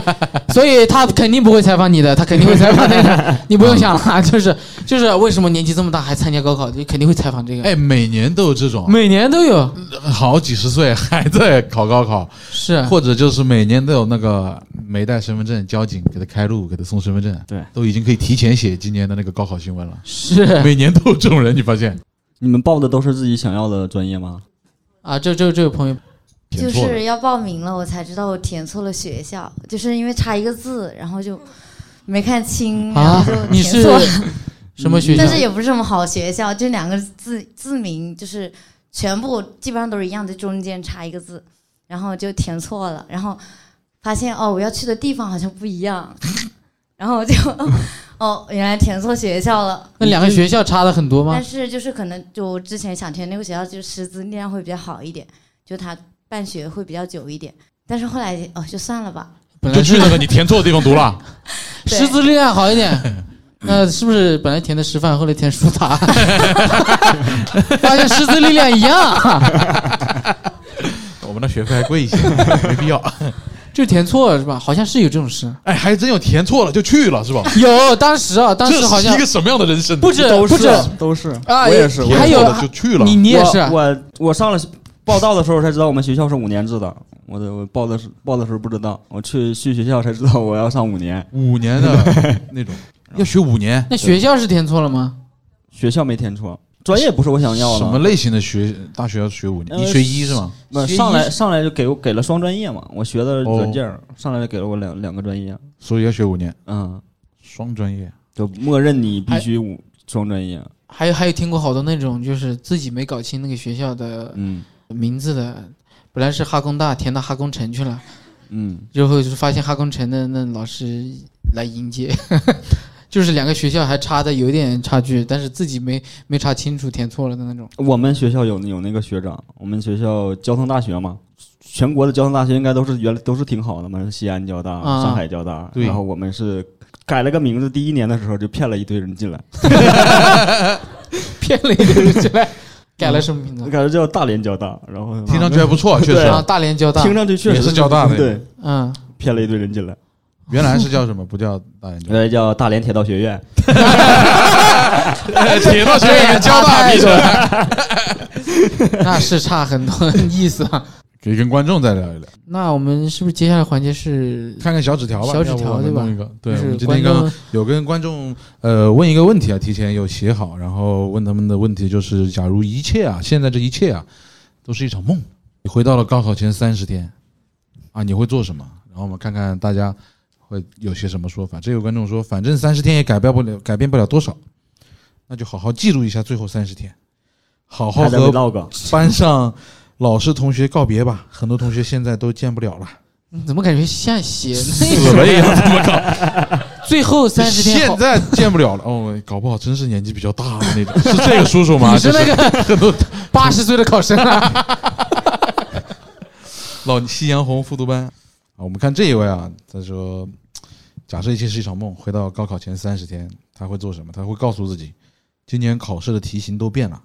Speaker 5: 所以他肯定不会采访你的，他肯定会采访 那个，你不用
Speaker 11: 嗯
Speaker 5: 想了，啊就是就是为什么年纪这么大还参加高考，就肯定会采访这个。
Speaker 3: 哎，每年都有这种，
Speaker 5: 每嗯年都有，
Speaker 11: 嗯
Speaker 3: 好几十岁还在考高考，
Speaker 5: 是
Speaker 3: 或者就是每年都有那个没带身份证，交警给他开路，给他送身份证，
Speaker 4: 对，
Speaker 3: 都已经可以提前写今年的那个高考新闻了。
Speaker 5: 是
Speaker 3: 每年都有这种人，你发现
Speaker 4: 你们报的都是自己想要的专业吗？
Speaker 5: 啊，这这这位朋友，
Speaker 3: 填
Speaker 8: 就
Speaker 3: 错了
Speaker 8: 是要报名了，我才知道我填错了学校，就是因为差一个字，然后就没看清，然
Speaker 5: 啊
Speaker 8: 后就
Speaker 5: 你
Speaker 8: 填
Speaker 5: 是
Speaker 8: 错了。
Speaker 5: 什么学校
Speaker 8: 但？是也不是什么好学校，就两个字字名，就是全部基本上都是一样的，中间差一个字，然后就填错了，然后发现哦，我要去的地方好像不一样， 然后我就 哦，原来填错学校了。
Speaker 5: 那两个学校差了很多吗
Speaker 8: 但？是就是可能就之前想填那个学校，就师资力量会比较好一点，就他办学会比较久一点。但是后来哦，就算了吧。
Speaker 5: 本来
Speaker 3: 就去那
Speaker 5: 是
Speaker 3: 个你填错的地方读了，
Speaker 8: 对
Speaker 5: 师资力量好一点。那是不是本来填的师范，后来填师大， 发现师资力量一样，
Speaker 3: 我们的学费还 贵一些，没必要。
Speaker 5: 就填错了是吧？好像是有这种事，
Speaker 3: 哎，还真有填错了就去了是吧？
Speaker 5: 有当时啊，当时
Speaker 3: 这
Speaker 5: 好
Speaker 3: 是
Speaker 5: 像
Speaker 3: 一个什么样的人生？
Speaker 5: 不止
Speaker 4: 都
Speaker 5: 不止
Speaker 4: 是都是，
Speaker 5: 啊，
Speaker 4: 我也是，我
Speaker 5: 还
Speaker 3: 填
Speaker 5: 有
Speaker 3: 错了就去了，
Speaker 5: 你你也
Speaker 4: 我
Speaker 5: 是啊
Speaker 4: 我我上了报道的时候才知道我们学校是五年制的，我的我报的是报的时候不知道，我去去学校才知道我要上五年，
Speaker 3: 五年的那种，要学 五年，
Speaker 5: 那学校是填错了吗？
Speaker 4: 学校没填错，专业不是我想要的。
Speaker 3: 什么类型的学大学要学五年？
Speaker 4: 呃
Speaker 3: 一学医是吗？
Speaker 4: 那
Speaker 5: 学医
Speaker 4: 上来
Speaker 5: 是
Speaker 4: 上来就给我给了双专业嘛，我学的
Speaker 3: 哦
Speaker 4: 软件儿、上来就给了我两两个专业，
Speaker 3: 所以要学五年，
Speaker 4: 嗯，
Speaker 3: 双专业。
Speaker 4: 就默认你必须五双专业，
Speaker 5: 还有还有听过好多那种就是自己没搞清那个学校的
Speaker 4: 嗯
Speaker 5: 名字的，本来是哈工大填到哈工程去了，
Speaker 4: 嗯，
Speaker 5: 之后就发现哈工程的那老师来迎接， 就是两个学校还差的有点差距，但是自己没没查清楚填错了的那种。
Speaker 4: 我们学校有有那个学长，我们学校交通大学嘛。全国的交通大学应该都是原来都是挺好的嘛，西安交大、
Speaker 5: 啊
Speaker 4: 上海交大，
Speaker 3: 对
Speaker 4: 然后我们是改了个名字，第一年的时候就骗了一堆人进来，
Speaker 5: 骗了一个人进来，改了什么 名字？
Speaker 4: 改了叫大连交大，然后
Speaker 3: 听上去还不错，确实
Speaker 4: 对
Speaker 5: 啊，大连交大，
Speaker 4: 听上去确
Speaker 3: 也
Speaker 4: 实
Speaker 3: 是交大的
Speaker 4: 对，
Speaker 5: 嗯，
Speaker 4: 骗了一堆人进来，
Speaker 3: 原来是叫什么？不叫大 研究，
Speaker 4: 原来叫大连铁道学院，哎
Speaker 3: 铁道学院交 大毕业，
Speaker 5: 那是差很多意思啊。
Speaker 3: 可以跟观众再聊一聊，
Speaker 5: 那我们是不是接下来环节是
Speaker 3: 看看小纸条吧，
Speaker 5: 小纸
Speaker 3: 要不
Speaker 5: 条
Speaker 3: 我们
Speaker 5: 对吧
Speaker 3: 弄一个，对，
Speaker 5: 就
Speaker 3: 我
Speaker 5: 是
Speaker 3: 们今
Speaker 5: 观
Speaker 3: 天刚
Speaker 5: 众
Speaker 3: 有跟观众呃问一个问题啊，提前有写好，然后问他们的问题就是：假如一切啊，现在这一切啊，都是一场梦，你回到了高考前三十天啊，你会做什么？然后我们看看大家会有些什么说法。这有观众说，反正三十天也改变不了，改变不了多少，那就好好记录一下最后三十天，好好
Speaker 4: 还在
Speaker 3: 和
Speaker 4: vlog，
Speaker 3: 班上老师同学告别吧，很多同学现在都见不了了，
Speaker 5: 嗯怎么感觉像写
Speaker 3: 死了一样，怎么搞？
Speaker 5: 最后三十天
Speaker 3: 现
Speaker 5: 好？
Speaker 3: 在见不了 了，哦，搞不好真是年纪比较大的那种， 是这个叔叔吗？
Speaker 5: 你是那
Speaker 3: 就是
Speaker 5: 个
Speaker 3: 很多
Speaker 5: 八十岁的考生啊？
Speaker 3: 老夕阳红复读班啊。我们看这一位啊，他说，假设一切是一场梦，回到高考前三十天，他会做什么？他会告诉自己，今年考试的题型都变了，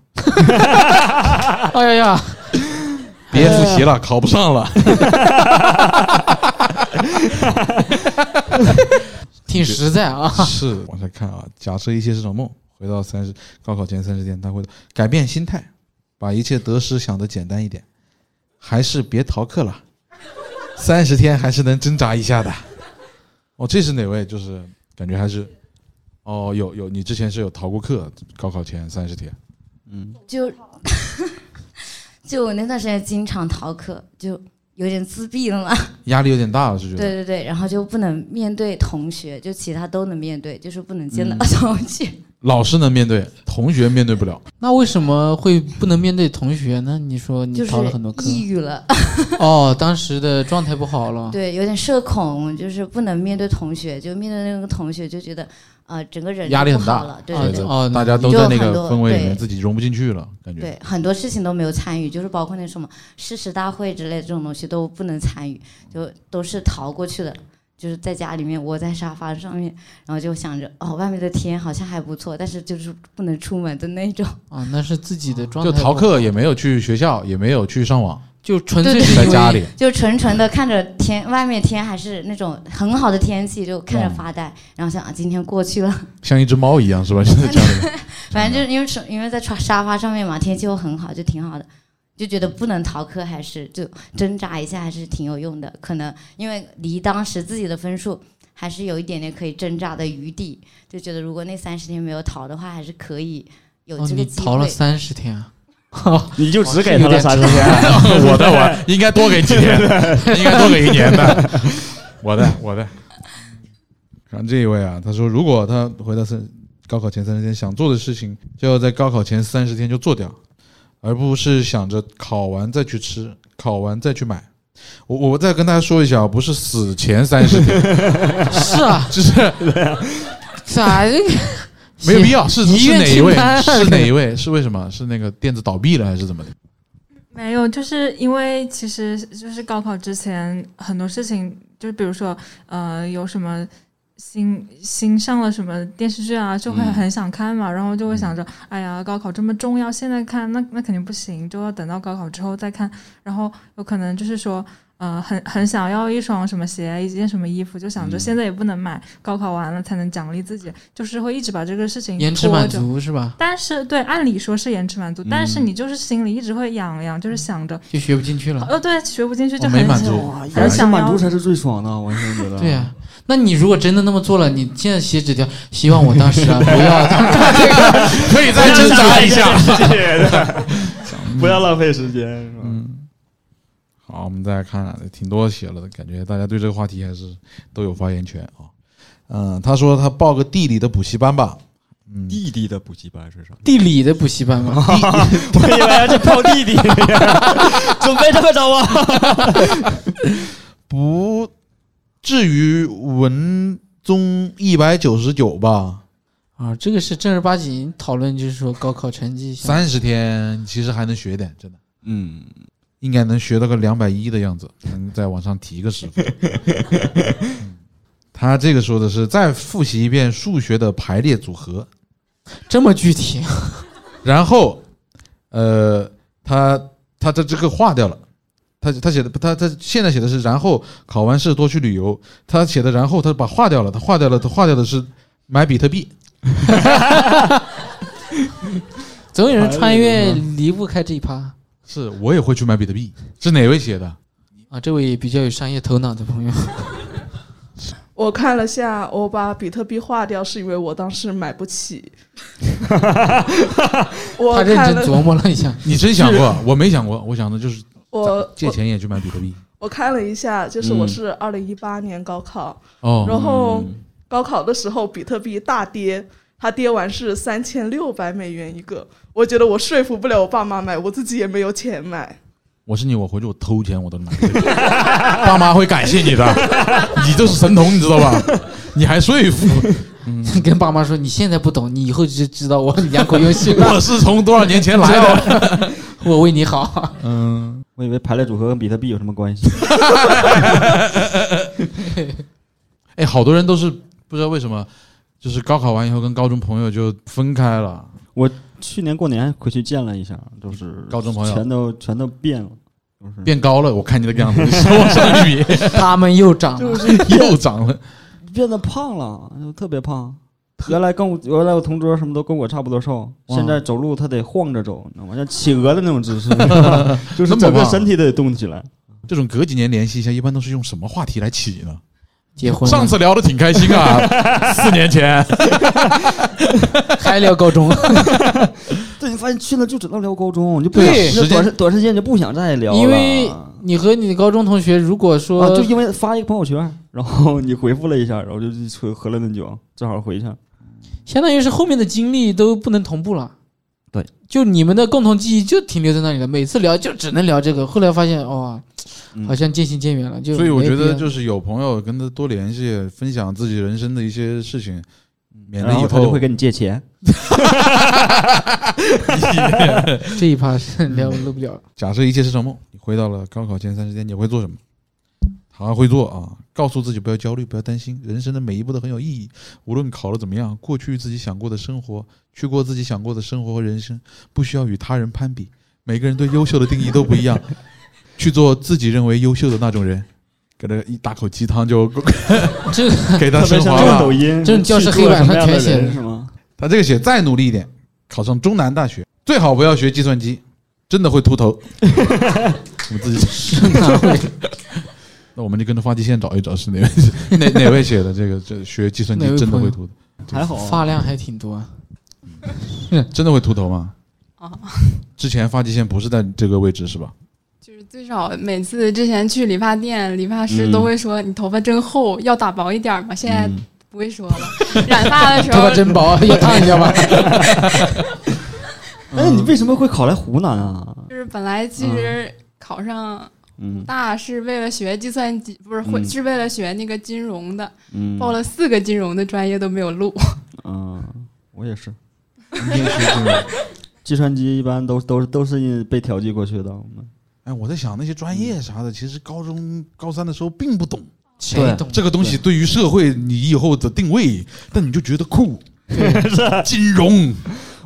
Speaker 5: 哎呀呀！
Speaker 3: 别复习
Speaker 5: 哎
Speaker 3: 了，考不上了。
Speaker 5: 挺实在啊。
Speaker 3: 是，往下看啊，假设一切是场梦，回到三十高考前三十天，他会改变心态，把一切得失想得简单一点，还是别逃课了，三十天还是能挣扎一下的。哦，这是哪位？就是感觉还是，哦，有有，你之前是有逃过课，高考前三十天，
Speaker 4: 嗯，
Speaker 8: 就 就我那段时间经常逃课，就有点自闭了嘛。
Speaker 3: 压力有点大了，是觉得
Speaker 8: 对对对，然后就不能面对同学，就其他都能面对，就是不能见到同学。
Speaker 3: 老师能面对，同学面对不了。
Speaker 5: 那为什么会不能面对同学呢？你说你
Speaker 8: 就
Speaker 5: 嗯
Speaker 8: 是
Speaker 5: 逃了很多课，
Speaker 8: 抑郁了，
Speaker 5: 哦，当时的状态不好了。
Speaker 8: 对，有点社恐，就是不能面对同学，就面对那个同学就觉得，呃，整个人
Speaker 3: 压力
Speaker 8: 就
Speaker 3: 很
Speaker 8: 不
Speaker 3: 大
Speaker 8: 好了，对
Speaker 5: 啊
Speaker 8: 对
Speaker 3: 觉
Speaker 8: 对
Speaker 3: 得
Speaker 5: 哦那
Speaker 3: 大家都在那
Speaker 8: 就很
Speaker 3: 个
Speaker 8: 多
Speaker 3: 氛围里面，
Speaker 8: 对
Speaker 3: 自己融不进去了，感觉
Speaker 8: 对，很多事情都没有参与，就是包括那什么誓师大会之类这种东西都不能参与，就都是逃过去的。就是在家里面窝在沙发上面，然后就想着哦，外面的天好像还不错，但是就是不能出门的那种。
Speaker 5: 啊，那是自己的状
Speaker 3: 就
Speaker 5: 态。
Speaker 3: 逃课也没有去学校，也没有去上网，
Speaker 5: 就纯
Speaker 8: 对
Speaker 5: 粹
Speaker 8: 对
Speaker 5: 是哦因为
Speaker 8: 就纯纯的看着天，外面天还是那种很好的天气，就看着发呆，然后想啊，今天过去了。
Speaker 3: 像一只猫一样是吧？就是这样的。
Speaker 8: 反正就是因为是因为在沙沙发上面嘛，天气又很好，就挺好的，就觉得不能逃课，还是就挣扎一下，还是挺有用的。可能因为离当时自己的分数还是有一点点可以挣扎的余地，就觉得如果那三十天没有逃的话，还是可以有
Speaker 5: 哦
Speaker 8: 这个
Speaker 5: 你
Speaker 8: 机会。
Speaker 5: 逃了三十天啊，
Speaker 4: 你就只给他了30天
Speaker 3: 我的哎我 应该多给几天应该多给一年 的我的我的。然后这一位啊，他说如果他回到三高考前三十天想做的事情，就要在高考前三十天就做掉，而不是想着考完再去吃，考完再去买。我我再跟大家说一下啊，不是死前三十天，
Speaker 5: 是啊，
Speaker 3: 就是
Speaker 5: 咋这个
Speaker 3: 没有必要，是
Speaker 5: 遗
Speaker 3: 是
Speaker 5: 愿
Speaker 3: 哪一位
Speaker 5: 清单？
Speaker 3: 是哪一位？是为什么？是那个店子倒闭了还是怎么的？
Speaker 9: 没有，就是因为其实就是高考之前很多事情，就是比如说呃有什么新新上了什么电视剧啊，就会
Speaker 12: 嗯
Speaker 9: 很想看嘛，然后就会想着，
Speaker 5: 嗯
Speaker 9: 哎呀，高考这么重要，现在看那那肯定不行，就要等到高考之后再看，然后有可能就是说。呃，很很想要一双什么鞋，一件什么衣服，就想着
Speaker 5: 嗯
Speaker 9: 现在也不能买，高考完了才能奖励自己，就是会一直把这个事情
Speaker 5: 延迟
Speaker 9: 拖
Speaker 5: 满
Speaker 9: 着
Speaker 5: 足是吧？
Speaker 9: 但是对，按理说是延迟满足，但是
Speaker 5: 嗯
Speaker 9: 你就是心里一直会痒痒，就是想着，
Speaker 5: 就学不进去了。
Speaker 9: 哦，对，学不进去就
Speaker 5: 我
Speaker 9: 很
Speaker 5: 没满
Speaker 9: 想
Speaker 5: 足
Speaker 9: 很
Speaker 5: 原来是
Speaker 9: 想
Speaker 4: 满
Speaker 9: 要
Speaker 4: 足才是最爽的，我是觉得。
Speaker 5: 对呀、那你如果真的那么做了，你现在写纸条，希望我当时 啊不要
Speaker 4: 可以 再挣扎一下嗯
Speaker 3: 不要
Speaker 4: 浪费时间，是吧？
Speaker 3: 好，我们再来看啊，挺多写了的，感觉大家对这个话题还是都有发言权啊。嗯，他说他报个地理的补习班吧。嗯，
Speaker 13: 弟弟的补习班是啥？
Speaker 5: 地理的补习班吗？
Speaker 13: 我以为是泡弟弟
Speaker 5: 准备这么着
Speaker 3: 吗？不至于文综一百九十九吧？
Speaker 5: 啊，这个是正儿八经讨论，就是说高考成绩下
Speaker 3: 三十天其实还能学点，真的。嗯，应该能学到个两百一的样子，能再往上提个十分。 嗯他这个说的是再复习一遍数学的排列组合，
Speaker 5: 这么具 体。
Speaker 3: 然后，呃，他他这这个划掉了。他他写的他他现在写的是，然后考完试多去旅游。他写的然后他把划掉了，他划掉了，他划掉的是买比特币。
Speaker 5: 总有人穿
Speaker 3: 哎
Speaker 5: 越离不开这一趴
Speaker 3: 是我也会去买比特币，是哪位写的？
Speaker 5: 啊！这位比较有商业头脑的朋友，
Speaker 14: 我看了下，我把比特币划掉，是因为我当时买不起。我
Speaker 5: 他认
Speaker 14: 看
Speaker 5: 真
Speaker 14: 了，
Speaker 5: 琢磨了一下，
Speaker 3: 你真想过？我没想过，我想的就是
Speaker 14: 我
Speaker 3: 借钱也去买比特币。
Speaker 14: 我看了一下，就是
Speaker 3: 嗯
Speaker 14: 我是二零一八年高考，
Speaker 3: 哦
Speaker 14: 然后高考的时候比特币大跌，它跌完是三千六百美元一个，我觉得我说服不了我爸妈买，我自己也没有钱买。
Speaker 3: 我是你，我回去我偷钱我都能买 得起，爸妈会感谢你的，你这是神童，你知道吧？你还说服，
Speaker 5: 跟爸妈说你现在不懂，你以后就知道我良苦用心了。
Speaker 3: 我是从多少年前来的，
Speaker 5: 我为你好。
Speaker 3: 嗯，
Speaker 4: 我以为排列组合跟比特币有什么关系。
Speaker 3: 哎，好多人都是不知道为什么，就是高考完以后跟高中朋友就分开了。
Speaker 4: 我去年过年回去见了一下，就是
Speaker 3: 高中朋友
Speaker 4: 全都全都变了，就是，
Speaker 3: 变高了，我看你的样子，你是往上一米
Speaker 4: 他们又长了
Speaker 3: 就是 又长了。
Speaker 4: 变得胖了，就特别胖。原来跟我原来我同桌什么都跟我差不多瘦，
Speaker 3: 哇，
Speaker 4: 现在走路他得晃着走，你知道吗？像企鹅的那种 姿势就是
Speaker 3: 那么
Speaker 4: 整个
Speaker 3: 棒
Speaker 4: 身体得动起来。
Speaker 3: 这种隔几年联系一下，一般都是用什么话题来起呢？
Speaker 5: 结婚了
Speaker 3: 上次聊的挺开心 啊，四年前。
Speaker 5: 还聊高中，
Speaker 4: 对，你发现去了就只能聊高中，你就不想
Speaker 5: 对
Speaker 4: 就短时短时间你就不想再聊了，啊
Speaker 5: 因为 你和你的高中同学，如果说、
Speaker 4: 啊，就因为发一个朋友圈，然后你回复了一下，然后就去喝喝了顿酒，正好回一下。
Speaker 5: 相当于是后面的经历都不能同步了。
Speaker 4: 对，
Speaker 5: 就你们的共同记忆就停留在那里了，每次聊就只能聊这个。后来发现，哇、好像渐行渐远了。就
Speaker 3: 嗯所以我
Speaker 5: 没
Speaker 3: 觉
Speaker 5: 必要
Speaker 3: 得就是有朋友跟他多联系，分享自己人生的一些事情，免
Speaker 4: 嗯
Speaker 3: 得
Speaker 4: 然
Speaker 3: 以
Speaker 4: 后他就会跟你借钱。
Speaker 5: 这一趴是 聊录不了。
Speaker 3: 假设一切是场梦，你回到了高考前三十天，你会做什么？好像会做啊，告诉自己不要焦虑，不要担心，人生的每一步都很有意义。无论考得怎么样，过去自己想过的生活，去过自己想过的生活和人生，不需要与他人攀比。每个人对优秀的定义都不一样，去做自己认为优秀的那种人，给他一大口鸡汤就
Speaker 5: 这
Speaker 3: 给他升华
Speaker 4: 特别像
Speaker 3: 了。
Speaker 4: 抖 音这种教室黑板上全写的是吗？
Speaker 3: 他这个写再努力一点，考上中南大学，最好不要学计算机，真的会秃头。我自己那我们就跟着发际线找一找是哪位 哪哪位写的这个这学计算机
Speaker 5: 哪位
Speaker 3: 真的
Speaker 5: 朋
Speaker 3: 会
Speaker 5: 友
Speaker 3: 秃头，
Speaker 4: 还好啊
Speaker 5: 发量还挺多啊。
Speaker 3: 哦真的会秃头吗？
Speaker 10: 啊，
Speaker 3: 之前发际线不是在这个位置是吧？
Speaker 10: 就是最少每次之前去理发店，理发师
Speaker 3: 嗯
Speaker 10: 都会说你头发真厚，要打薄一点嘛。现
Speaker 4: 嗯
Speaker 10: 在不会说了，染发的时
Speaker 5: 头
Speaker 10: 候
Speaker 5: 发真薄，要烫一下吗？
Speaker 4: 哎，你为什么会考来湖南啊？
Speaker 10: 就是本来其实考上
Speaker 4: 嗯
Speaker 10: 大是为了学计算机，不是会、
Speaker 4: 嗯
Speaker 10: 是为了学那个金融的，
Speaker 4: 嗯
Speaker 10: 报了四个金融的专业都没有录。
Speaker 4: 嗯，我 也是。
Speaker 3: 也是这个
Speaker 4: 计算机一般都都是都是因被调剂过去的。我们
Speaker 3: 哎，我在想那些专业啥的，其实高中高三的时候并不懂，
Speaker 4: 谁 对懂
Speaker 3: 这个东西对于社会你以后的定位，但你就觉得酷，金融，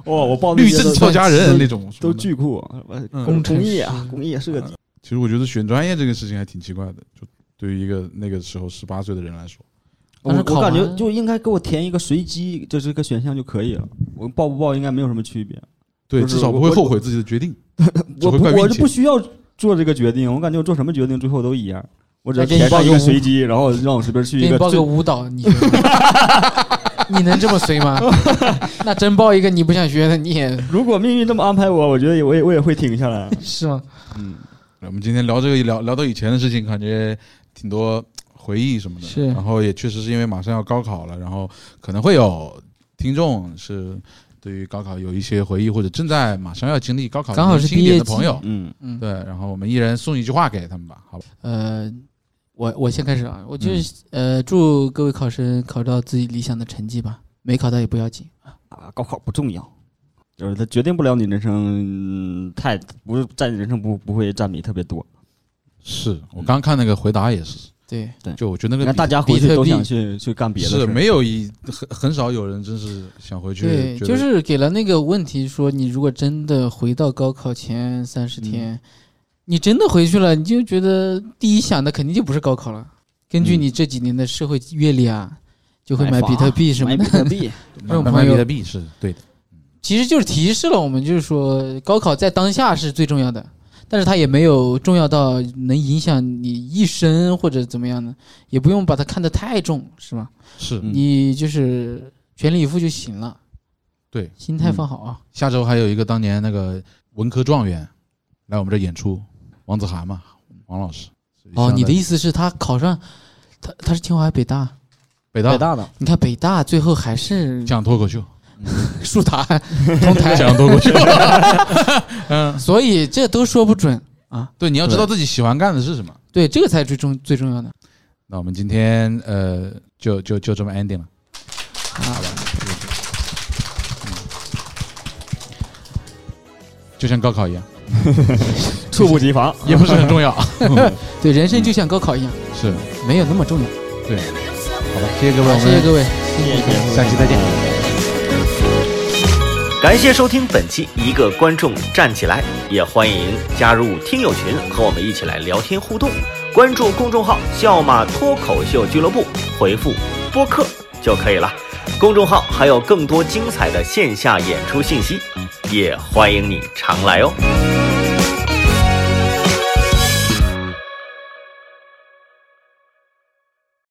Speaker 4: 哇，我报那
Speaker 3: 律
Speaker 4: 些
Speaker 3: 政
Speaker 4: 都
Speaker 3: 俏佳人那种，
Speaker 4: 都巨酷，呃工工艺啊，工艺设计。
Speaker 3: 其实我觉得选专业这个事情还挺奇怪的，就对于一个那个时候十八岁的人来说，
Speaker 4: 我我感觉就应该给我填一个随机，这是个选项就可以了。我报不报应该没有什么区别。
Speaker 3: 对，
Speaker 4: 就是
Speaker 3: 至少不会
Speaker 4: 我
Speaker 3: 后悔自己的决定，只
Speaker 4: 我
Speaker 3: 会
Speaker 4: 不
Speaker 3: 怪
Speaker 4: 我
Speaker 3: 运
Speaker 4: 就
Speaker 3: 气
Speaker 4: 不。需要做这个决定，我感觉我做什么决定最后都一样。我只要
Speaker 5: 再给你
Speaker 4: 填上
Speaker 5: 报
Speaker 4: 一
Speaker 5: 个
Speaker 4: 个
Speaker 5: 舞
Speaker 4: 随机，然后让我随便去一
Speaker 5: 给你
Speaker 4: 个
Speaker 5: 报
Speaker 4: 最
Speaker 5: 个舞蹈，你你能这么随吗？ 那真报一个你不想学的，你也
Speaker 4: 如果命运这么安排我，我觉得也我也我也会停下来。
Speaker 5: 是吗？
Speaker 3: 嗯，我们今天聊这个聊聊到以前的事情，感觉挺多回忆什么的。
Speaker 5: 是
Speaker 3: 然后也确实是因为马上要高考了，然后可能会有听众是对于高考有一些回忆，或者正在马上要经历高考
Speaker 5: 刚好是
Speaker 3: 年轻一
Speaker 5: 毕
Speaker 3: 点
Speaker 5: 业
Speaker 3: 的朋友
Speaker 5: 季。
Speaker 4: 嗯
Speaker 5: 嗯
Speaker 3: 对。然后我们一人送一句话给他们吧，好吧？
Speaker 5: 呃，我我先开始啊，我就是、呃，祝各位考生考到自己理想的成绩吧，没考到也不要紧。
Speaker 4: 啊，高考不重要，就是它决定不了你人生，嗯太不是占你人生不不会占比特别多。
Speaker 3: 是我刚看那个回答也是。
Speaker 5: 对
Speaker 4: 对
Speaker 3: 就我觉得那
Speaker 4: 那
Speaker 3: 个
Speaker 4: 大家回去都想去去干别的事
Speaker 3: 是
Speaker 4: 儿
Speaker 3: 没有一很很少有人真是想回去觉
Speaker 5: 对，
Speaker 3: 得。
Speaker 5: 就是给了那个问题说，你如果真的回到高考前三十天，你真的回去了，你就觉得第一想的肯定就不是高考了。根据你这几年的社会阅历啊，就会买比特币什么的。，
Speaker 4: 买比特币
Speaker 5: 这种
Speaker 3: 买
Speaker 5: 朋
Speaker 3: 买比
Speaker 5: 友
Speaker 3: 特币是对的，
Speaker 5: 其实就是提示了我们，就是说高考在当下是最重要的，但是它也没有重要到能影响你一生或者怎么样的，也不用把它看得太重，是吧？
Speaker 3: 是
Speaker 5: 你就是全力以赴就行了。
Speaker 3: 对，嗯
Speaker 5: 心态放好啊。
Speaker 3: 下周还有一个当年那个文科状元来我们这演出，王子涵嘛，王老师。
Speaker 5: 哦，你的意
Speaker 3: 思？
Speaker 5: 思是，他考上，他他是清华还是北大？
Speaker 3: 北大北
Speaker 4: 大的。
Speaker 5: 你看北大最后还是
Speaker 3: 讲脱口秀，
Speaker 5: 树达同 台
Speaker 3: 讲脱口秀
Speaker 5: 嗯，所以这都说不准啊。
Speaker 3: 对，你要知道自己喜欢干的是什么。
Speaker 5: 对，这个才最重最重要的。
Speaker 3: 那我们今天呃，就就就这么 ending 了。嗯
Speaker 5: 好吧，。
Speaker 3: 就像高考一样，
Speaker 4: 猝不及防
Speaker 3: 也不是很重要
Speaker 5: 对，人生就像高考一样，
Speaker 3: 是
Speaker 5: 没有那么重要。
Speaker 3: 对，好吧，谢谢各位，我们
Speaker 5: 谢谢各位，
Speaker 3: 谢谢，下期再见。
Speaker 1: 感谢收听本期《一个观众站起来》，也欢迎加入听友群和我们一起来聊天互动。关注公众号“笑马脱口秀俱乐部”，回复“播客”就可以了。公众号还有更多精彩的线下演出信息，也欢迎你常来哦。